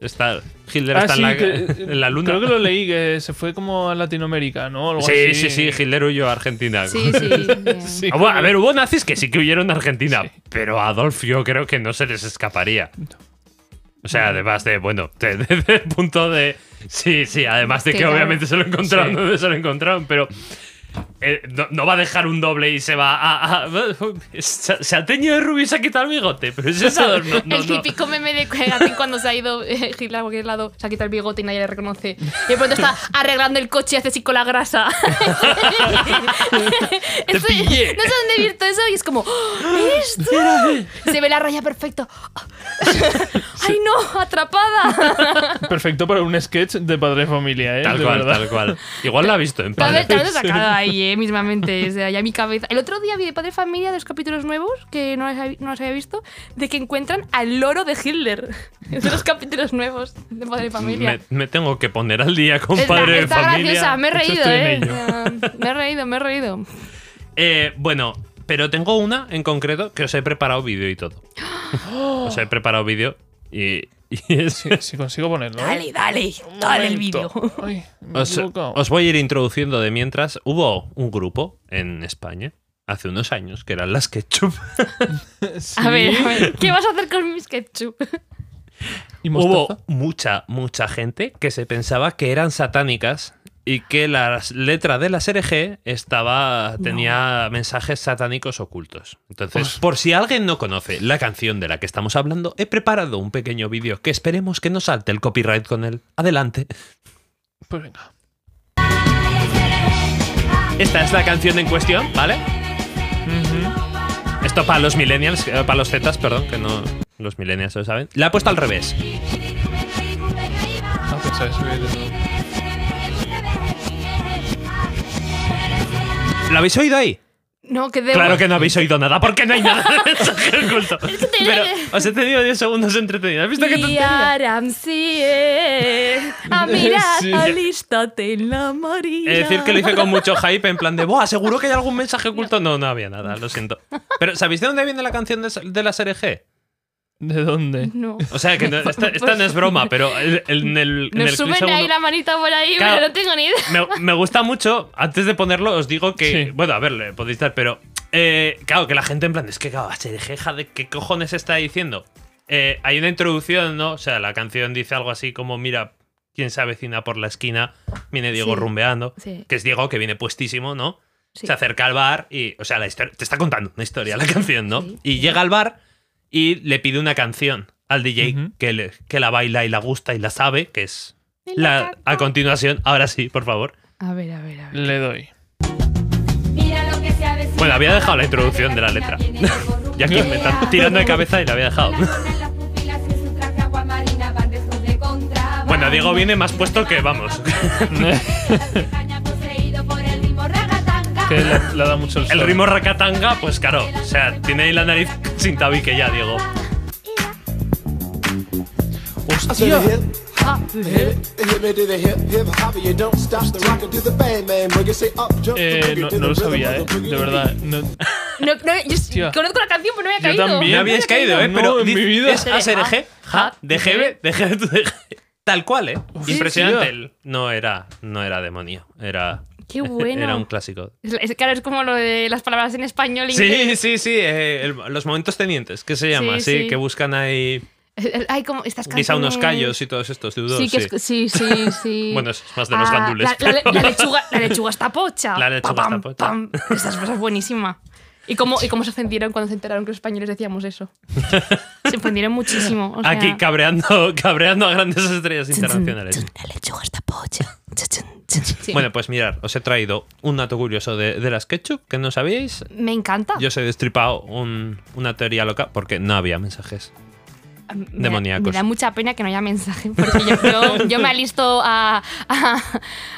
[SPEAKER 3] es. Está, Hitler
[SPEAKER 4] Ah,
[SPEAKER 3] está
[SPEAKER 4] sí,
[SPEAKER 3] en, la,
[SPEAKER 4] que-
[SPEAKER 3] <laughs> en la luna.
[SPEAKER 4] Creo que lo leí, que se fue como a Latinoamérica, ¿no? Algo
[SPEAKER 3] sí, sí,
[SPEAKER 4] así.
[SPEAKER 3] sí, Hitler huyó a Argentina.
[SPEAKER 2] Sí, sí.
[SPEAKER 3] <laughs>
[SPEAKER 2] bien.
[SPEAKER 4] Sí,
[SPEAKER 3] Ah, bueno, a ver, hubo nazis que sí que huyeron a Argentina, pero a Adolf yo creo que no se les escaparía. O sea, además de, bueno, desde el punto de... Sí, sí, además de
[SPEAKER 2] Que
[SPEAKER 3] que,
[SPEAKER 2] claro.
[SPEAKER 3] obviamente se lo encontraron
[SPEAKER 4] Sí.
[SPEAKER 3] donde se lo encontraron, pero... eh, no, no va a dejar un doble y se va a... a- se, se ha teñido de rubí y se ha quitado el bigote, pero
[SPEAKER 2] <laughs>
[SPEAKER 3] ese es Adolf. No, no,
[SPEAKER 2] el
[SPEAKER 3] no.
[SPEAKER 2] típico meme de
[SPEAKER 3] <laughs>
[SPEAKER 2] Gatín cuando se ha ido eh, Hitler a cualquier lado, se ha quitado el bigote y nadie le reconoce. Y de pronto está arreglando el coche y hace así con la
[SPEAKER 3] <laughs>
[SPEAKER 2] grasa.
[SPEAKER 3] Te
[SPEAKER 2] Eso-
[SPEAKER 3] pillé.
[SPEAKER 2] No sé dónde he visto eso y es como,
[SPEAKER 3] <gasps>
[SPEAKER 2] ¡Oh, ¡esto! Se ve la raya
[SPEAKER 3] <laughs>
[SPEAKER 2] perfecto. ¡Ay no! ¡Atrapada!
[SPEAKER 4] <laughs> Perfecto para un sketch de padre de familia, ¿eh?
[SPEAKER 3] Tal
[SPEAKER 4] De
[SPEAKER 3] cual,
[SPEAKER 4] verdad.
[SPEAKER 3] tal cual. Igual lo ha visto en
[SPEAKER 2] Te
[SPEAKER 3] padre.
[SPEAKER 2] has te has sacado ahí, eh, mismamente. O sea, ya mi cabeza. El otro día vi de Padre Familia dos capítulos nuevos que no los, hab- no los había visto, de que encuentran al loro de Hitler. <laughs> Es de los capítulos nuevos de Padre Familia.
[SPEAKER 3] Me, me tengo que poner al día con
[SPEAKER 2] Está-
[SPEAKER 3] padre de
[SPEAKER 2] está
[SPEAKER 3] familia.
[SPEAKER 2] graciosa, me he
[SPEAKER 4] Eso
[SPEAKER 2] reído,
[SPEAKER 4] estoy en
[SPEAKER 2] eh.
[SPEAKER 4] ello.
[SPEAKER 2] Ah, Me he reído, me he <laughs> reído.
[SPEAKER 3] Eh, bueno, pero tengo una en concreto que os he preparado vídeo
[SPEAKER 2] <gasps>
[SPEAKER 3] y todo. os he preparado vídeo y, y es-
[SPEAKER 4] Sí, si consigo ponerlo. ¿eh?
[SPEAKER 2] Dale, dale,
[SPEAKER 4] Un
[SPEAKER 2] dale el vídeo.
[SPEAKER 3] <laughs>
[SPEAKER 4] momento. Ay, me he
[SPEAKER 3] os,
[SPEAKER 4] equivocado.
[SPEAKER 3] os voy a ir introduciendo de mientras. Hubo un grupo en España hace unos años que eran las Ketchup.
[SPEAKER 4] Eh,
[SPEAKER 2] A ver, a ver, ¿qué vas a hacer con mis ketchup?
[SPEAKER 4] ¿Y mostaza?
[SPEAKER 3] Hubo mucha, mucha gente que se pensaba que eran satánicas y que la letra de las RG estaba, tenía mensajes satánicos ocultos. Entonces, por si alguien no conoce la canción de la que estamos hablando, he preparado un pequeño vídeo que esperemos que no salte el copyright con él. Adelante.
[SPEAKER 4] Pues venga.
[SPEAKER 3] Esta es la canción en cuestión, ¿vale? Esto para los millennials, eh, para los zetas, perdón, que no los millennials lo saben. La he puesto al revés.
[SPEAKER 4] Ah, pensaba que subía de-
[SPEAKER 3] ¿Lo habéis oído ahí?
[SPEAKER 2] No, que debo. <laughs>
[SPEAKER 3] Claro que no habéis oído nada, porque no hay nada <laughs> de mensaje oculto.
[SPEAKER 2] te-
[SPEAKER 3] Pero os he tenido 10 segundos entretenidos. ¿Has visto qué tontería?
[SPEAKER 2] Mirar <laughs> a mirar,
[SPEAKER 4] Sí.
[SPEAKER 2] alístate en la marina.
[SPEAKER 3] Es decir, que lo hice con mucho hype, en plan de, ¡buah! ¿Seguro que hay algún mensaje oculto? No, no había nada, lo siento. Pero ¿sabéis de dónde viene la canción de, esa- de las RG?
[SPEAKER 4] ¿De dónde?
[SPEAKER 2] No.
[SPEAKER 3] O sea, que no- esta, esta no es broma, pero el- el- en el. en
[SPEAKER 2] Nos
[SPEAKER 3] el clip
[SPEAKER 2] suben ahí
[SPEAKER 3] segundo-
[SPEAKER 2] la manita por ahí,
[SPEAKER 3] Claro.
[SPEAKER 2] pero no tengo ni idea.
[SPEAKER 3] me, me gusta mucho. Antes de ponerlo, os digo que.
[SPEAKER 4] Sí.
[SPEAKER 3] Bueno, a ver, le podéis dar, pero. eh, claro, que la gente en plan, es que, claro, se jeja de qué cojones está diciendo. Eh, hay una introducción, ¿no? O sea, la canción dice algo así como: Mira, quién se avecina por la esquina, viene Diego
[SPEAKER 2] Sí.
[SPEAKER 3] rumbeando.
[SPEAKER 2] Sí.
[SPEAKER 3] Que es Diego, que viene puestísimo, ¿no?
[SPEAKER 2] Sí.
[SPEAKER 3] Se acerca al bar y. O sea, la historia. Te está contando una historia la canción, ¿no?
[SPEAKER 2] Sí.
[SPEAKER 3] Y llega al bar y le pide una canción al DJ
[SPEAKER 4] Ujú.
[SPEAKER 3] que, le- que la baila y la gusta y la sabe, que es.
[SPEAKER 2] Me la
[SPEAKER 3] La, a continuación, ahora sí, por favor.
[SPEAKER 2] A ver, a ver, a ver.
[SPEAKER 4] Le doy.
[SPEAKER 5] Mira lo que se avecina.
[SPEAKER 3] Bueno, había dejado la introducción de la letra.
[SPEAKER 5] Viene Diego
[SPEAKER 2] <laughs>
[SPEAKER 3] Ya que me están tirando de cabeza y la había dejado.
[SPEAKER 5] rumbeando, la puta
[SPEAKER 3] Bueno, Diego viene más puesto que vamos.
[SPEAKER 4] que le, le da mucho el
[SPEAKER 3] El
[SPEAKER 4] sol.
[SPEAKER 3] ritmo racatanga, pues claro. O sea, tiene ahí la nariz <laughs> sin tabique ya, Diego.
[SPEAKER 4] Hostia. Eh, no, no lo sabía, eh. De verdad. No,
[SPEAKER 2] No, no, yo s-
[SPEAKER 4] Hostia.
[SPEAKER 2] conozco la canción, pero no había
[SPEAKER 4] Yo
[SPEAKER 2] caído.
[SPEAKER 4] también.
[SPEAKER 3] No
[SPEAKER 4] Bien.
[SPEAKER 3] habíais
[SPEAKER 4] No
[SPEAKER 3] caído, ¿eh?
[SPEAKER 4] No,
[SPEAKER 3] Pero
[SPEAKER 4] en
[SPEAKER 3] dice-
[SPEAKER 4] mi vida.
[SPEAKER 3] es ASRG, ja, de GB, de GB, de GB. Tal cual, ¿eh?
[SPEAKER 4] Hostia.
[SPEAKER 3] Impresionante. El- No era, no era demonio. Era,
[SPEAKER 2] Qué bueno.
[SPEAKER 3] era un clásico.
[SPEAKER 2] Es- es- claro, es como lo de las palabras en español. y
[SPEAKER 3] Sí, sí, sí. eh, el- los momentos tenientes, que se llama,
[SPEAKER 2] Sí,
[SPEAKER 3] sí,
[SPEAKER 2] sí.
[SPEAKER 3] que buscan ahí
[SPEAKER 2] Hay como estas canciones.
[SPEAKER 3] quizá unos callos y todos estos deudos.
[SPEAKER 2] Sí, que
[SPEAKER 3] sí.
[SPEAKER 2] es- sí, sí, sí.
[SPEAKER 3] <laughs>
[SPEAKER 2] Ah,
[SPEAKER 3] Bueno, eso es más de los gandules,
[SPEAKER 2] La, la-
[SPEAKER 3] pero-
[SPEAKER 2] la lechuga, la lechuga está pocha.
[SPEAKER 3] <laughs> La lechuga
[SPEAKER 2] Pa, pam,
[SPEAKER 3] está pocha.
[SPEAKER 2] pam. Estas cosas buenísimas. ¿Y cómo, ¿Y cómo se ofendieron cuando se enteraron que los españoles decíamos
[SPEAKER 3] <laughs>
[SPEAKER 2] eso? Se ofendieron muchísimo. o sea-
[SPEAKER 3] Aquí cabreando, <laughs> cabreando a grandes estrellas internacionales.
[SPEAKER 2] La lechuga está pocha. Sí.
[SPEAKER 3] Bueno, pues mirar, os he traído un dato curioso de, de las ketchup que no sabíais.
[SPEAKER 2] Me encanta.
[SPEAKER 3] Yo os he destripado un- una teoría loca porque no había mensajes.
[SPEAKER 2] Me-
[SPEAKER 3] demoníacos.
[SPEAKER 2] Me da mucha pena que no haya mensaje, porque yo, yo- yo me alisto a, a,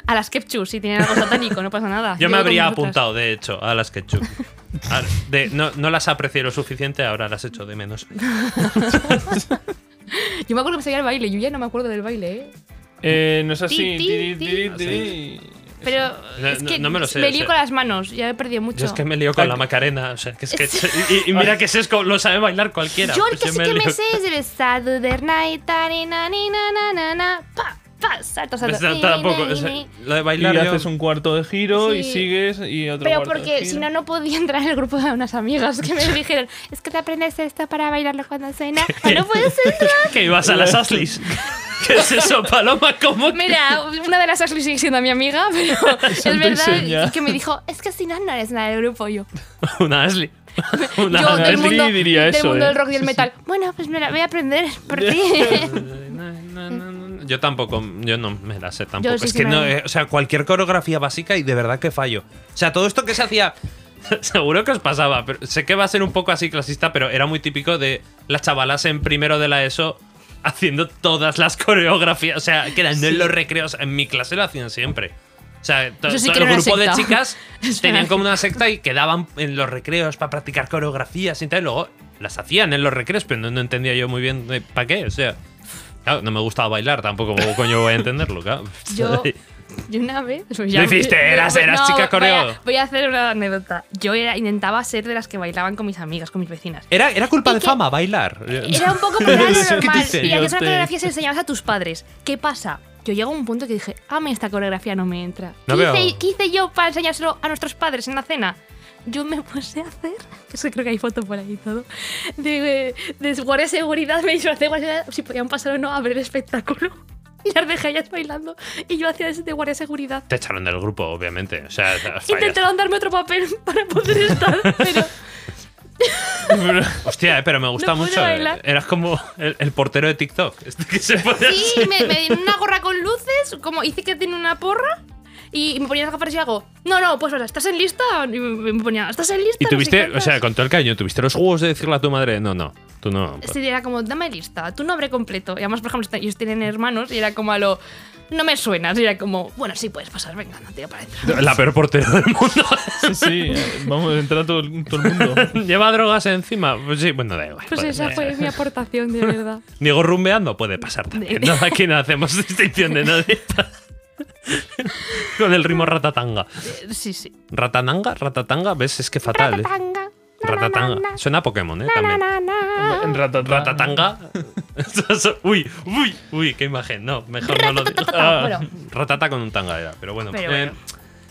[SPEAKER 2] a las Kepchus si tienen algo satánico, no pasa nada.
[SPEAKER 3] Yo
[SPEAKER 2] voy
[SPEAKER 3] me
[SPEAKER 2] con
[SPEAKER 3] habría
[SPEAKER 2] vosotras.
[SPEAKER 3] apuntado, de hecho, a las ketchup. A- de- no, no las aprecié lo suficiente, ahora las echo de menos.
[SPEAKER 2] Yo me acuerdo que me sabía el baile, yo ya no me acuerdo del baile, ¿eh?
[SPEAKER 4] Eh, no es así.
[SPEAKER 2] Ti, ti, ti.
[SPEAKER 4] Tiri, tiri, tiri.
[SPEAKER 2] Pero
[SPEAKER 3] No,
[SPEAKER 2] es
[SPEAKER 3] no-
[SPEAKER 2] que
[SPEAKER 3] no me lo sé,
[SPEAKER 2] me
[SPEAKER 3] o
[SPEAKER 2] lío
[SPEAKER 3] sea.
[SPEAKER 2] con las manos, ya he perdido mucho.
[SPEAKER 3] Yo es que me lío con la Macarena. O sea, que es que, <laughs> y, y mira que Sesco lo sabe bailar cualquiera.
[SPEAKER 2] Yo el
[SPEAKER 3] pues
[SPEAKER 2] que sí
[SPEAKER 3] me
[SPEAKER 2] que me
[SPEAKER 3] lío-
[SPEAKER 2] sé es el Saturday night, tarina, ni, na, na, na, na, pa, pa, salto, salto.
[SPEAKER 3] Pues
[SPEAKER 2] ni,
[SPEAKER 3] no,
[SPEAKER 2] ni,
[SPEAKER 3] tampoco.
[SPEAKER 2] ni,
[SPEAKER 3] o sea,
[SPEAKER 2] ni.
[SPEAKER 3] lo de
[SPEAKER 4] Y
[SPEAKER 3] bailar. yo-
[SPEAKER 4] haces un cuarto de giro y
[SPEAKER 2] Sí.
[SPEAKER 4] sigues y otro
[SPEAKER 2] Pero
[SPEAKER 4] cuarto de
[SPEAKER 2] porque si
[SPEAKER 4] giro.
[SPEAKER 2] no, no podía entrar en el grupo de unas amigas que
[SPEAKER 3] <laughs>
[SPEAKER 2] me dijeron, es que te aprendes esto para bailarlo cuando suena, o no puedes entrar.
[SPEAKER 3] <laughs> que ibas a las
[SPEAKER 4] <laughs>
[SPEAKER 3] Aslis. <laughs> ¿Qué es eso, Paloma? ¿Cómo? <laughs> que-
[SPEAKER 2] Mira, una de las Ashley sigue siendo mi amiga,
[SPEAKER 3] <laughs>
[SPEAKER 2] pero es
[SPEAKER 4] Santo y seña.
[SPEAKER 2] verdad que me dijo, es que si no, no eres nada del grupo yo.
[SPEAKER 3] Una Asli. <laughs> Una
[SPEAKER 2] yo del
[SPEAKER 4] Ashley
[SPEAKER 2] mundo,
[SPEAKER 4] diría
[SPEAKER 2] del,
[SPEAKER 4] eso,
[SPEAKER 2] mundo
[SPEAKER 4] ¿eh?
[SPEAKER 2] del rock y el metal. Bueno, pues me la voy a aprender
[SPEAKER 3] <laughs>
[SPEAKER 2] por ti.
[SPEAKER 3] No, no, no, no. Yo tampoco, yo no me la sé tampoco.
[SPEAKER 2] Mm. Yo sí
[SPEAKER 3] es
[SPEAKER 2] que
[SPEAKER 3] que
[SPEAKER 2] me-
[SPEAKER 3] no, eh, o sea, cualquier coreografía básica y de verdad que fallo. O sea, todo esto que se hacía, <laughs> seguro que os pasaba, pero sé que va a ser un poco así clasista, pero era muy típico de las chavalas en primero de la ESO haciendo todas las coreografías, o sea, que eran en los recreos, en mi clase lo hacían siempre. O sea, to-
[SPEAKER 2] Eso sí
[SPEAKER 3] todo
[SPEAKER 2] que
[SPEAKER 3] el
[SPEAKER 2] era una
[SPEAKER 3] grupo de
[SPEAKER 2] secta.
[SPEAKER 3] chicas
[SPEAKER 2] <laughs> Eso
[SPEAKER 3] tenían
[SPEAKER 2] era-
[SPEAKER 3] como una secta y quedaban en los recreos para practicar coreografías y tal. y Luego las hacían en los recreos, pero no, no entendía yo muy bien para qué. O sea, Claro, no me gustaba bailar tampoco, ¿cómo coño voy a entenderlo? Claro. <laughs>
[SPEAKER 2] Yo, yo una vez. pues
[SPEAKER 3] Lo hiciste, eras- eras chica coreo.
[SPEAKER 2] Voy a, voy a hacer una anécdota. Yo era- intentaba ser de las que bailaban con mis amigas, con mis vecinas.
[SPEAKER 3] Era, era culpa
[SPEAKER 2] ¿Y
[SPEAKER 3] de
[SPEAKER 2] qué?
[SPEAKER 3] fama bailar.
[SPEAKER 2] Era un
[SPEAKER 3] <laughs>
[SPEAKER 2] poco por lo
[SPEAKER 3] ¿Qué te
[SPEAKER 2] normal.
[SPEAKER 3] dice
[SPEAKER 2] Y las
[SPEAKER 4] usted?
[SPEAKER 2] coreografías
[SPEAKER 3] <laughs>
[SPEAKER 2] se enseñabas a tus padres. ¿Qué pasa? Yo llego a un punto que dije, a mí esta coreografía no me entra.
[SPEAKER 3] No
[SPEAKER 2] ¿Qué,
[SPEAKER 3] veo.
[SPEAKER 2] hice, qué hice yo para enseñárselo a nuestros padres en la cena? Yo me puse a hacer, <laughs> es que creo que hay foto por ahí y todo, de, de guardia de seguridad, me disfrazé de guardia de seguridad, si podían pasar o no a ver el espectáculo. <laughs> Y las dejé ellas bailando y yo hacía de guardia de seguridad.
[SPEAKER 3] Te echaron del grupo, obviamente.
[SPEAKER 2] <laughs>
[SPEAKER 3] O sea, fallas.
[SPEAKER 2] Intentaron darme otro
[SPEAKER 3] <laughs>
[SPEAKER 2] papel para poder estar, pero
[SPEAKER 3] Hostia, eh, pero me gusta
[SPEAKER 2] No pude
[SPEAKER 3] mucho. eh.
[SPEAKER 2] bailar.
[SPEAKER 3] Eras como el, el portero de TikTok. Este que se pone así.
[SPEAKER 2] <laughs> Sí, me, me dieron una gorra con luces, como hice que tenía una porra. Y me ponía las gafas y hago, no, no, pues ahora, ¿estás en lista? Y me me ponía, ¿estás en lista?
[SPEAKER 3] Y
[SPEAKER 2] No sé
[SPEAKER 3] tuviste, o
[SPEAKER 2] cuántas.
[SPEAKER 3] sea, con todo el cariño, tuviste los juegos de decirle a tu madre, no, no, tú no. pues,
[SPEAKER 2] Sí, era como, dame lista, tu nombre completo. Y además, por ejemplo, este, ellos tienen hermanos y era como a lo, no me suenas. Y era como, bueno, sí puedes pasar, venga, no te parece.
[SPEAKER 3] La peor portero del mundo. <laughs>
[SPEAKER 4] Sí, sí. eh, Vamos, entra todo, el- todo el mundo.
[SPEAKER 3] Lleva drogas encima. Pues sí, bueno, da igual.
[SPEAKER 2] Pues
[SPEAKER 3] Vale,
[SPEAKER 2] esa
[SPEAKER 3] da
[SPEAKER 2] fue
[SPEAKER 3] igual.
[SPEAKER 2] mi aportación, de verdad.
[SPEAKER 3] Diego rumbeando puede pasar también. No, aquí no hacemos distinción
[SPEAKER 2] <laughs>
[SPEAKER 3] de nadie. Con el ritmo ratatanga.
[SPEAKER 2] Eh, <laughs> Sí, sí.
[SPEAKER 3] Ratananga, ratatanga, ves, es que fatal. ¿eh?
[SPEAKER 2] Ratatanga, na, na, na,
[SPEAKER 3] Ratatanga.
[SPEAKER 2] na,
[SPEAKER 3] Suena a Pokémon, ¿eh?
[SPEAKER 2] na,
[SPEAKER 3] También.
[SPEAKER 2] na, na.
[SPEAKER 4] En ratatá.
[SPEAKER 3] Ratatanga. <laughs> uy, uy, uy, qué imagen. No, mejor no lo digo. Ah,
[SPEAKER 2] Ratatata. Bueno,
[SPEAKER 3] Ratata con un tanga era, pero bueno.
[SPEAKER 2] Pero
[SPEAKER 3] eh,
[SPEAKER 2] bueno.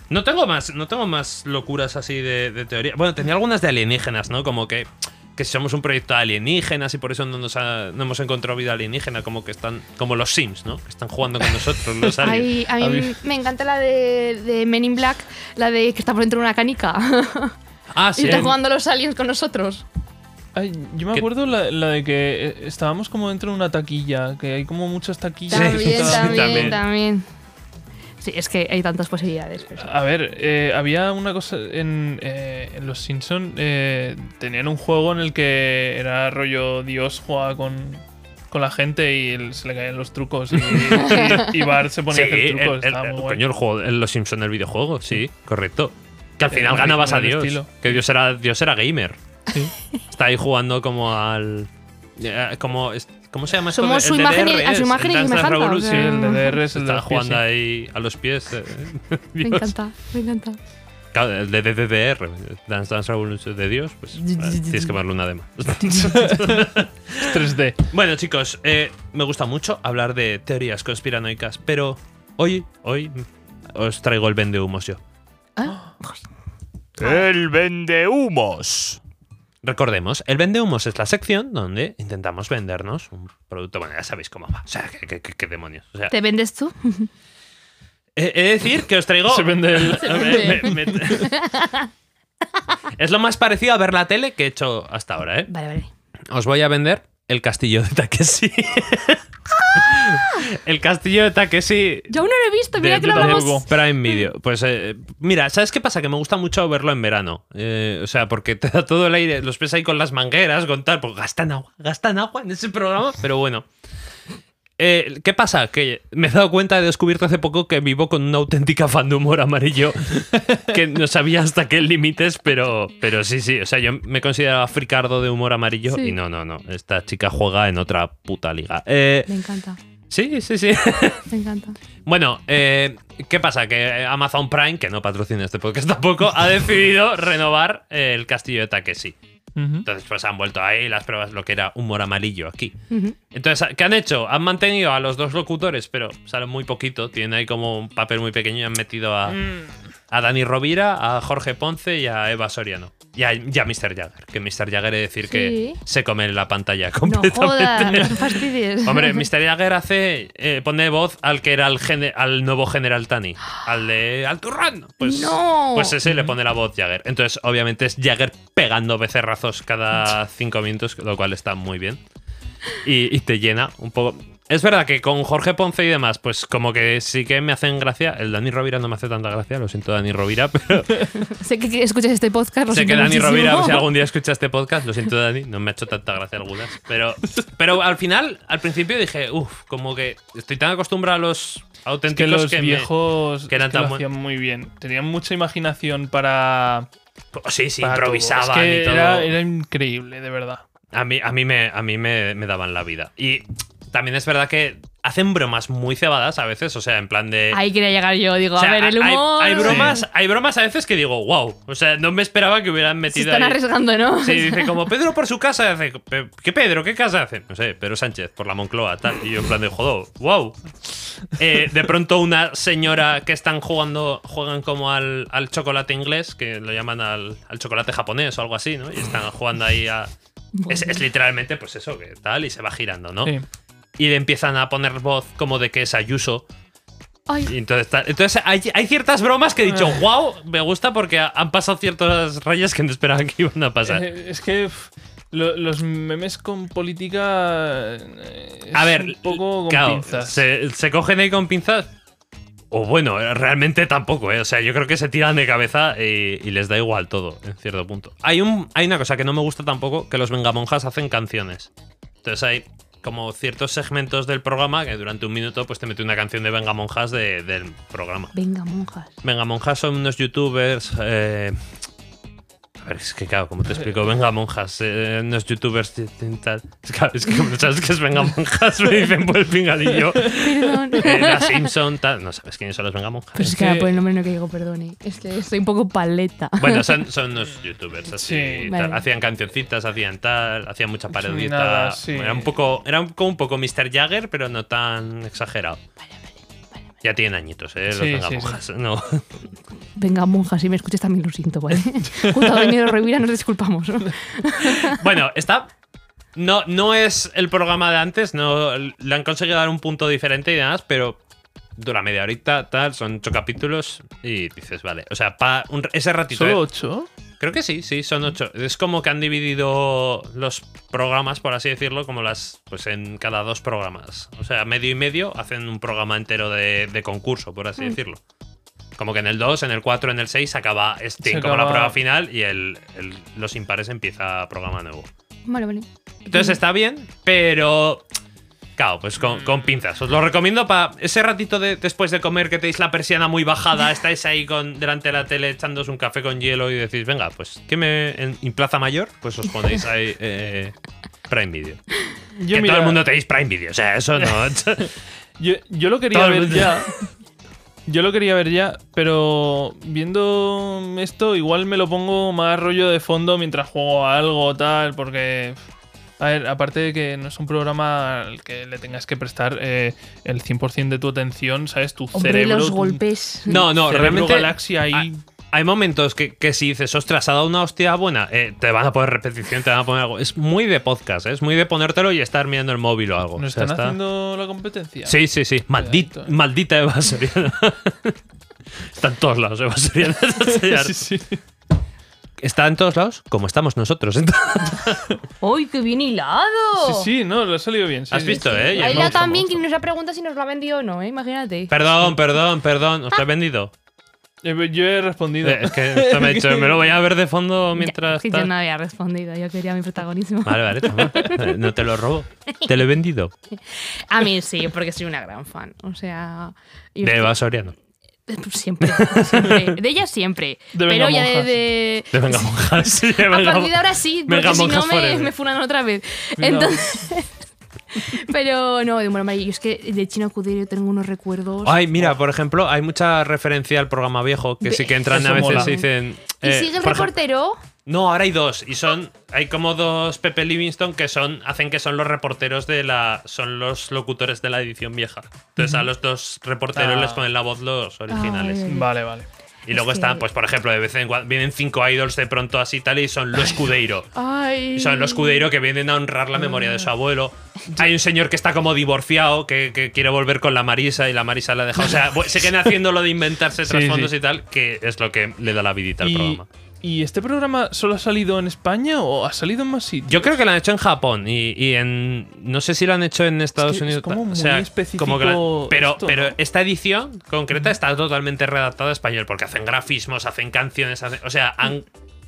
[SPEAKER 3] No tengo más, no tengo más locuras así de, de teoría. Bueno, tenía algunas de alienígenas, ¿no? Como que, que somos un proyecto de alienígenas y por eso no, nos ha- no hemos encontrado vida alienígena, como que están, como los Sims, ¿no? Que están jugando con nosotros los aliens.
[SPEAKER 2] <laughs> Ay, a mí
[SPEAKER 4] Habéis-
[SPEAKER 2] me encanta la de, de Men in Black, la de que está por dentro de una canica. <laughs>
[SPEAKER 3] Ah,
[SPEAKER 2] y
[SPEAKER 3] sí.
[SPEAKER 2] están jugando los aliens con nosotros.
[SPEAKER 4] Ay, yo me
[SPEAKER 3] ¿Qué?
[SPEAKER 4] acuerdo la, la de que eh, estábamos como dentro de una taquilla, que hay como muchas taquillas.
[SPEAKER 3] Sí,
[SPEAKER 2] También,
[SPEAKER 4] Cada-
[SPEAKER 2] también,
[SPEAKER 3] también.
[SPEAKER 2] también, Sí, es que hay tantas posibilidades. pero-
[SPEAKER 4] A ver, eh, había una cosa en, eh, en Los Simpson eh, tenían un juego en el que era rollo Dios jugaba con, con la gente y él- se le caían los trucos. Y, y- y Bart se
[SPEAKER 3] Sí,
[SPEAKER 4] ponía a hacer
[SPEAKER 3] el,
[SPEAKER 4] trucos.
[SPEAKER 3] el-
[SPEAKER 4] estaba
[SPEAKER 3] el-
[SPEAKER 4] muy guay.
[SPEAKER 3] coño, el juego, el- los Simpsons del videojuego, sí, correcto. Que al
[SPEAKER 4] Era
[SPEAKER 3] final
[SPEAKER 4] muy-
[SPEAKER 3] ganabas
[SPEAKER 4] muy
[SPEAKER 3] a
[SPEAKER 4] del
[SPEAKER 3] Dios.
[SPEAKER 4] estilo.
[SPEAKER 3] Que Dios era, Dios era gamer. <laughs> Está ahí jugando como al. eh, Como, es- ¿Cómo se llama esto?
[SPEAKER 2] Somos
[SPEAKER 3] El
[SPEAKER 2] su imagen y-
[SPEAKER 3] DDR,
[SPEAKER 2] a su
[SPEAKER 3] es,
[SPEAKER 2] imagen
[SPEAKER 3] el
[SPEAKER 2] y
[SPEAKER 3] E Dance Dance
[SPEAKER 2] semejanza, o
[SPEAKER 3] Revolution.
[SPEAKER 4] Sí,
[SPEAKER 2] sea,
[SPEAKER 4] el DDR es el de
[SPEAKER 3] Está
[SPEAKER 4] los pies,
[SPEAKER 3] jugando
[SPEAKER 4] sí.
[SPEAKER 3] ahí a los pies. eh, <laughs>
[SPEAKER 2] Me
[SPEAKER 3] Dios.
[SPEAKER 2] encanta, me encanta.
[SPEAKER 3] Claro, el de DDR, Dance Dance Revolution de Dios,
[SPEAKER 2] <laughs>
[SPEAKER 3] pues vale, tienes que ponerle una dema.
[SPEAKER 4] <laughs> 3D.
[SPEAKER 3] <laughs> Bueno, chicos, eh, me gusta mucho hablar de teorías conspiranoicas, pero hoy, hoy os traigo el vende humos yo.
[SPEAKER 1] El vendehumos.
[SPEAKER 3] Recordemos, el vende humos es la sección donde intentamos vendernos un producto. Bueno, ya sabéis cómo va. O sea, qué, qué- qué- qué demonios. O sea,
[SPEAKER 2] ¿Te vendes tú?
[SPEAKER 3] he, he de decir que os traigo. <laughs>
[SPEAKER 4] Se vende el-
[SPEAKER 2] vende.
[SPEAKER 3] Me- me- <laughs> me- es lo más parecido a ver la tele que he hecho hasta ahora, ¿eh?
[SPEAKER 2] Vale, vale.
[SPEAKER 3] Os voy a vender el castillo de Takeshi. <laughs> el castillo de Takeshi
[SPEAKER 2] Yo aún no lo he visto, mira
[SPEAKER 3] de-
[SPEAKER 2] que lo
[SPEAKER 3] de
[SPEAKER 2] hablamos.
[SPEAKER 3] Prime Video. Pues eh, mira, ¿sabes qué pasa? Que me gusta mucho verlo en verano. Eh, o sea, porque te da todo el aire. Los ves ahí con las mangueras, con tal. Porque gastan agua, gastan agua en ese programa. Pero bueno. Eh, ¿Qué pasa? Que me he dado cuenta, he descubierto hace poco que vivo con una auténtica fan de humor amarillo que no sabía hasta qué límites, pero, pero sí, sí. O sea, yo me consideraba fricardo de humor amarillo
[SPEAKER 2] Sí.
[SPEAKER 3] y no, no, no. Esta chica juega en otra puta liga. Eh,
[SPEAKER 2] Me encanta,
[SPEAKER 3] sí, sí, sí. <laughs>
[SPEAKER 2] me encanta.
[SPEAKER 3] Bueno, eh, ¿qué pasa? Que eh, Amazon Prime, que no patrocina este podcast tampoco,
[SPEAKER 2] <laughs>
[SPEAKER 3] ha decidido renovar eh, el castillo de Takeshi.
[SPEAKER 4] Ujú.
[SPEAKER 3] Entonces, pues han vuelto ahí las pruebas, lo que era humor amarillo aquí.
[SPEAKER 2] Ujú.
[SPEAKER 3] Entonces, ¿qué han hecho? Han mantenido a los dos locutores, pero salen muy poquito. Tienen ahí como un papel muy pequeño y han metido a,
[SPEAKER 2] Mm.
[SPEAKER 3] a Dani Rovira, a Jorge Ponce y a Eva Soriano. Y a, y a Mr. Jagger, que Mr. Jagger es decir que
[SPEAKER 2] Sí.
[SPEAKER 3] se come en la pantalla <laughs>
[SPEAKER 2] No
[SPEAKER 3] completamente.
[SPEAKER 2] jodas, no fastidies.
[SPEAKER 3] Hombre, Mr. Jagger hace, eh, pone voz al que era el gene- al nuevo General Tani, al de Alturrán. Pues,
[SPEAKER 2] No.
[SPEAKER 3] pues ese le pone la voz Jagger. Entonces, obviamente es Jagger pegando becerrazos cada cinco minutos, lo cual está muy bien. Y, y te llena un poco. Es verdad que con Jorge Ponce y demás, pues como que sí que me hacen gracia. El Dani Rovira no me hace tanta gracia, lo siento Dani Rovira, pero
[SPEAKER 2] Sé que escuchas este podcast. lo
[SPEAKER 3] sé que
[SPEAKER 2] siento
[SPEAKER 3] Dani
[SPEAKER 2] muchísimo.
[SPEAKER 3] Rovira, si algún día escucha este podcast, lo siento Dani, no me ha hecho tanta gracia algunas. Pero, pero al final, al principio dije, uff, como que estoy tan acostumbrado a los
[SPEAKER 4] Es que
[SPEAKER 3] auténticos
[SPEAKER 4] los
[SPEAKER 3] me-
[SPEAKER 4] viejos
[SPEAKER 3] que eran
[SPEAKER 4] es que
[SPEAKER 3] tan
[SPEAKER 4] lo
[SPEAKER 3] buen-
[SPEAKER 4] hacían muy bien. Tenían mucha imaginación para.
[SPEAKER 3] Oh, sí, sí,
[SPEAKER 4] para todo.
[SPEAKER 3] improvisaban
[SPEAKER 4] Es que
[SPEAKER 3] y todo.
[SPEAKER 4] Era, era increíble, de verdad.
[SPEAKER 3] A mí, a mí, me, a mí me, me daban la vida. Y también es verdad que hacen bromas muy cebadas a veces, o sea, en plan de...
[SPEAKER 2] <laughs> Ahí quería llegar yo, digo,
[SPEAKER 3] o sea,
[SPEAKER 2] a ver, el
[SPEAKER 3] hay-
[SPEAKER 2] humor.
[SPEAKER 3] Hay, bromas,
[SPEAKER 4] Sí.
[SPEAKER 3] hay bromas a veces que digo, wow. O sea, no me esperaba que hubieran
[SPEAKER 2] Se
[SPEAKER 3] metido
[SPEAKER 2] están
[SPEAKER 3] ahí-
[SPEAKER 2] arriesgando, ¿no?
[SPEAKER 3] Sí, dice como Pedro por su casa. Hace, "Pe- ¿Qué Pedro? ¿Qué casa hace? No sé, Pedro Sánchez por la Moncloa, tal. Y yo en plan de jodo, wow. Eh, de pronto una señora que están jugando, juegan como al, al chocolate inglés, que lo llaman al, al chocolate japonés o algo así, ¿no? Y están jugando ahí a... Es, es literalmente pues eso, que tal, y se va girando, ¿no?
[SPEAKER 4] Sí.
[SPEAKER 3] Y le empiezan a poner voz como de que es Ayuso.
[SPEAKER 2] Ay,
[SPEAKER 3] Y entonces, tal. entonces hay, hay ciertas bromas que he dicho, wow, me gusta porque ha- han pasado ciertas rayas que no esperaba que iban a pasar.
[SPEAKER 4] Eh, es que pf, lo- los memes con política. eh, es
[SPEAKER 3] A ver,
[SPEAKER 4] Un poco con
[SPEAKER 3] claro,
[SPEAKER 4] pinzas.
[SPEAKER 3] Se, se cogen ahí con pinzas. O bueno, realmente tampoco, ¿eh? O sea, yo creo que se tiran de cabeza y, y les da igual todo, en cierto punto. Hay, un, hay una cosa que no me gusta tampoco, que los vengamonjas hacen canciones. Entonces hay como ciertos segmentos del programa que durante un minuto pues te mete una canción de vengamonjas de- del programa.
[SPEAKER 2] venga, monjas.
[SPEAKER 3] Venga Monjas son unos youtubers. eh, A ver, es que claro, como te explico, Venga Monjas, eh, unos youtubers y- y tal. Es que, es que como no sabes que es Venga Monjas, me dicen por el pingadillo.
[SPEAKER 2] Perdón.
[SPEAKER 3] <laughs> Eh, la Simpson, tal. No sabes quiénes son los Venga Monjas.
[SPEAKER 4] Pues
[SPEAKER 2] Pero es que ahora por el nombre no que digo, perdone. Es que estoy un poco paleta.
[SPEAKER 3] Bueno, son, son unos youtubers así.
[SPEAKER 4] Sí.
[SPEAKER 3] y tal.
[SPEAKER 2] Vale.
[SPEAKER 3] Hacían cancioncitas, hacían tal, hacían mucha parodita.
[SPEAKER 4] nada, sí.
[SPEAKER 3] Era un poco, era un, como un poco Mr. Jagger, pero no tan exagerado.
[SPEAKER 2] Vale, vale, vale, vale.
[SPEAKER 3] Ya tienen añitos, eh, los
[SPEAKER 4] Sí,
[SPEAKER 3] Venga
[SPEAKER 4] sí, sí.
[SPEAKER 3] Monjas. No.
[SPEAKER 2] Venga, monja, si me escuchas también lo siento,
[SPEAKER 3] <laughs>
[SPEAKER 2] ¿vale? Junto a Daniel Rovira nos disculpamos.
[SPEAKER 3] Bueno, está. No, no es el programa de antes, no le han conseguido dar un punto diferente y demás, pero dura media horita, tal, son ocho capítulos y dices, vale. O sea, pa un- ese ratito.
[SPEAKER 4] ¿Solo
[SPEAKER 3] eh,
[SPEAKER 4] ocho?
[SPEAKER 3] creo que sí, sí, son ocho. Es como que han dividido los programas, por así decirlo, como las. Pues en cada dos programas. O sea, medio y medio hacen un programa entero de, de concurso, por así
[SPEAKER 4] Mm.
[SPEAKER 3] decirlo. Como que en el 2, en el 4, en el 6 acaba este
[SPEAKER 4] Se
[SPEAKER 3] como la
[SPEAKER 4] acaba-
[SPEAKER 3] prueba final y el- el- los impares empieza programa nuevo.
[SPEAKER 2] Vale, vale.
[SPEAKER 3] Entonces está bien, pero Claro, pues con, con
[SPEAKER 4] Mm.
[SPEAKER 3] pinzas. Os lo recomiendo para ese ratito de, después de comer que tenéis la persiana muy
[SPEAKER 4] <laughs>
[SPEAKER 3] bajada, estáis ahí con, delante de la tele echándos un café con hielo y decís, venga, pues, ¿qué me en, en Plaza Mayor? Pues os ponéis
[SPEAKER 4] <laughs>
[SPEAKER 3] ahí eh, Prime Video.
[SPEAKER 4] Yo,
[SPEAKER 3] que
[SPEAKER 4] mira,
[SPEAKER 3] todo el mundo tenéis Prime Video, o sea, eso
[SPEAKER 4] <laughs>
[SPEAKER 3] no.
[SPEAKER 4] yo, yo lo quería
[SPEAKER 3] todo el
[SPEAKER 4] ver
[SPEAKER 3] mundo- <laughs>
[SPEAKER 4] ya. Yo lo quería ver ya, pero viendo esto, igual me lo pongo más rollo de fondo mientras juego a algo o tal, porque. A ver, aparte de que no es un programa al que le tengas que prestar eh, el 100% de tu atención, ¿sabes? Tu
[SPEAKER 2] Hombre,
[SPEAKER 4] cerebro.
[SPEAKER 2] los
[SPEAKER 4] tu
[SPEAKER 2] golpes.
[SPEAKER 3] no, no,
[SPEAKER 4] cerebro
[SPEAKER 3] realmente.
[SPEAKER 4] galaxia ahí.
[SPEAKER 3] Hay momentos que, que si dices, ostras, ha dado una hostia buena, eh, te van a poner repetición, te van a poner algo. Es muy de podcast, ¿eh? es muy de ponértelo y estar mirando el móvil o algo.
[SPEAKER 4] ¿Nos
[SPEAKER 3] O sea,
[SPEAKER 4] están
[SPEAKER 3] Pues está-
[SPEAKER 4] haciendo la competencia? <laughs>
[SPEAKER 3] Sí, sí, sí. Maldit-
[SPEAKER 4] Cuidadito, eh.
[SPEAKER 3] maldita Eva <laughs> Soriano. Está en todos lados, Eva Soriano.
[SPEAKER 4] sí, sí.
[SPEAKER 3] <laughs> Está en todos lados, como estamos nosotros. <laughs>
[SPEAKER 2] ¡Ay, qué bien hilado!
[SPEAKER 4] Sí, sí, no, lo ha salido bien. sí,
[SPEAKER 3] Has
[SPEAKER 4] sí.
[SPEAKER 3] visto, ¿eh? Y
[SPEAKER 2] Ha
[SPEAKER 3] me
[SPEAKER 2] hilado
[SPEAKER 3] gusta, me
[SPEAKER 2] Oh. también
[SPEAKER 3] gusta.
[SPEAKER 2] quien nos ha preguntado si nos lo ha vendido o no, ¿eh? imagínate.
[SPEAKER 3] Perdón, perdón, perdón.
[SPEAKER 2] Ah.
[SPEAKER 3] ¿Os lo he vendido?
[SPEAKER 4] Eh, Yo he respondido. <laughs>
[SPEAKER 3] Eh, es que esto me ha dicho, me lo voy a ver de fondo
[SPEAKER 2] Ya,
[SPEAKER 3] mientras.
[SPEAKER 2] es que
[SPEAKER 3] tal.
[SPEAKER 2] yo no había respondido, yo quería mi protagonismo.
[SPEAKER 3] Vale,
[SPEAKER 2] <laughs>
[SPEAKER 3] vale, toma. Eh, No te lo robo. Te lo he vendido.
[SPEAKER 2] A mí sí, porque soy una gran fan. O sea. y-
[SPEAKER 3] De Eva Soriano.
[SPEAKER 2] Siempre, siempre. De ella siempre.
[SPEAKER 4] De
[SPEAKER 2] Pero
[SPEAKER 4] Venga
[SPEAKER 2] ya de.
[SPEAKER 4] Monjas.
[SPEAKER 2] de-
[SPEAKER 3] De Venga Monjas. <laughs> Sí, de
[SPEAKER 2] A
[SPEAKER 3] Venga
[SPEAKER 2] partir de
[SPEAKER 3] Mon-
[SPEAKER 2] ahora sí,
[SPEAKER 3] Venga
[SPEAKER 2] porque si no
[SPEAKER 3] Monjas
[SPEAKER 2] me,
[SPEAKER 3] forever.
[SPEAKER 2] me funan otra vez.
[SPEAKER 4] Cuidado.
[SPEAKER 2] Entonces. Pero no, de bueno, Mari, yo es que de Chino Cudero yo tengo unos recuerdos.
[SPEAKER 3] Ay, mira, por ejemplo, hay mucha referencia al programa viejo que
[SPEAKER 2] Ve-
[SPEAKER 3] sí que entran
[SPEAKER 4] Eso
[SPEAKER 3] a veces
[SPEAKER 4] mola.
[SPEAKER 3] y dicen.
[SPEAKER 2] ¿Y
[SPEAKER 3] eh,
[SPEAKER 2] sigue el
[SPEAKER 3] por ejemplo-
[SPEAKER 2] reportero?
[SPEAKER 3] No, ahora hay dos. Y son. Hay como dos Pepe Livingston que son. Hacen que son los reporteros de la. Son los locutores de la edición vieja. Entonces a los dos reporteros
[SPEAKER 4] Ah.
[SPEAKER 3] les ponen la voz los originales.
[SPEAKER 2] Ay.
[SPEAKER 4] Vale, vale.
[SPEAKER 3] y luego
[SPEAKER 2] es
[SPEAKER 3] están,
[SPEAKER 2] que-
[SPEAKER 3] pues por ejemplo, de vez en cuando. Vienen cinco idols de pronto así tal y son los Cudeiro.
[SPEAKER 2] Ay.
[SPEAKER 3] Y son los Cudeiro que vienen a honrar la memoria de su
[SPEAKER 4] Ah.
[SPEAKER 3] abuelo. Hay un señor que está como divorciado, que, que quiere volver con la Marisa y la Marisa la deja. O sea, bu- siguen haciendo lo de inventarse
[SPEAKER 4] Sí,
[SPEAKER 3] trasfondos
[SPEAKER 4] sí.
[SPEAKER 3] y tal, que es lo que le da la vidita al
[SPEAKER 4] Y,
[SPEAKER 3] programa.
[SPEAKER 4] ¿y este programa solo ha salido en España o ha salido en más sitios?
[SPEAKER 3] Yo creo que lo han hecho en Japón y, y en. No sé si lo han hecho en Estados
[SPEAKER 4] es
[SPEAKER 3] Unidos.
[SPEAKER 4] como
[SPEAKER 3] o sea,
[SPEAKER 4] muy específico
[SPEAKER 3] como que lo- pero
[SPEAKER 4] esto,
[SPEAKER 3] pero
[SPEAKER 4] ¿no?
[SPEAKER 3] esta edición concreta está totalmente redactada en español porque hacen grafismos, hacen canciones, hacen- o sea, han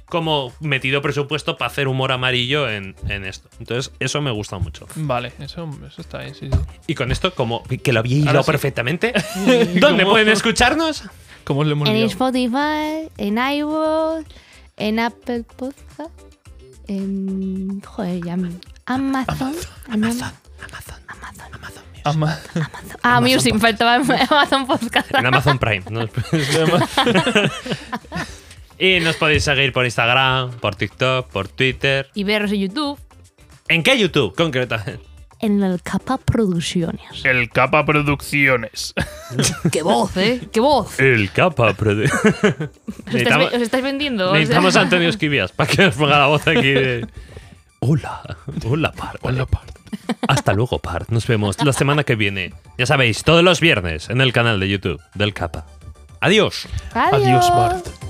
[SPEAKER 3] como metido presupuesto para hacer humor amarillo en, en esto. Entonces, eso me gusta mucho.
[SPEAKER 4] Vale, eso, eso está bien, sí, sí.
[SPEAKER 3] Y con esto, como que lo había
[SPEAKER 4] Ahora
[SPEAKER 3] hilado
[SPEAKER 4] sí. <laughs>
[SPEAKER 3] perfectamente, ¿dónde
[SPEAKER 4] ¿Cómo?
[SPEAKER 3] pueden escucharnos?
[SPEAKER 4] ¿Cómo os lo hemos
[SPEAKER 6] En
[SPEAKER 4] liado?
[SPEAKER 6] Spotify, en iVoox, en Apple Podcast, en... Joder, ya me- Amazon. en Am-
[SPEAKER 3] Amazon,
[SPEAKER 6] Amazon.
[SPEAKER 3] Amazon Music.
[SPEAKER 4] Ama-
[SPEAKER 2] Ah, Music, faltaba Amazon Podcast.
[SPEAKER 3] En Amazon Prime.
[SPEAKER 4] <laughs>
[SPEAKER 3] ¿no? <laughs> y nos podéis seguir por Instagram, por TikTok, por Twitter.
[SPEAKER 2] Y verlos en YouTube.
[SPEAKER 3] ¿En qué YouTube, concretamente?
[SPEAKER 6] En el Capa Producciones.
[SPEAKER 4] El Capa Producciones.
[SPEAKER 2] ¡Qué voz, eh! ¡Qué voz!
[SPEAKER 3] El Capa Produ-
[SPEAKER 2] ¿Os estáis,
[SPEAKER 3] necesitamos
[SPEAKER 2] ve- os estáis vendiendo? o sea.
[SPEAKER 3] necesitamos a Antonio Esquivias para que nos ponga la voz aquí de... Hola, hola Part.
[SPEAKER 4] Hola, Part.
[SPEAKER 3] Hasta luego Part, nos vemos la semana que viene. Ya sabéis, todos los viernes en el canal de YouTube del Capa. Adiós.
[SPEAKER 4] Adiós, Bart.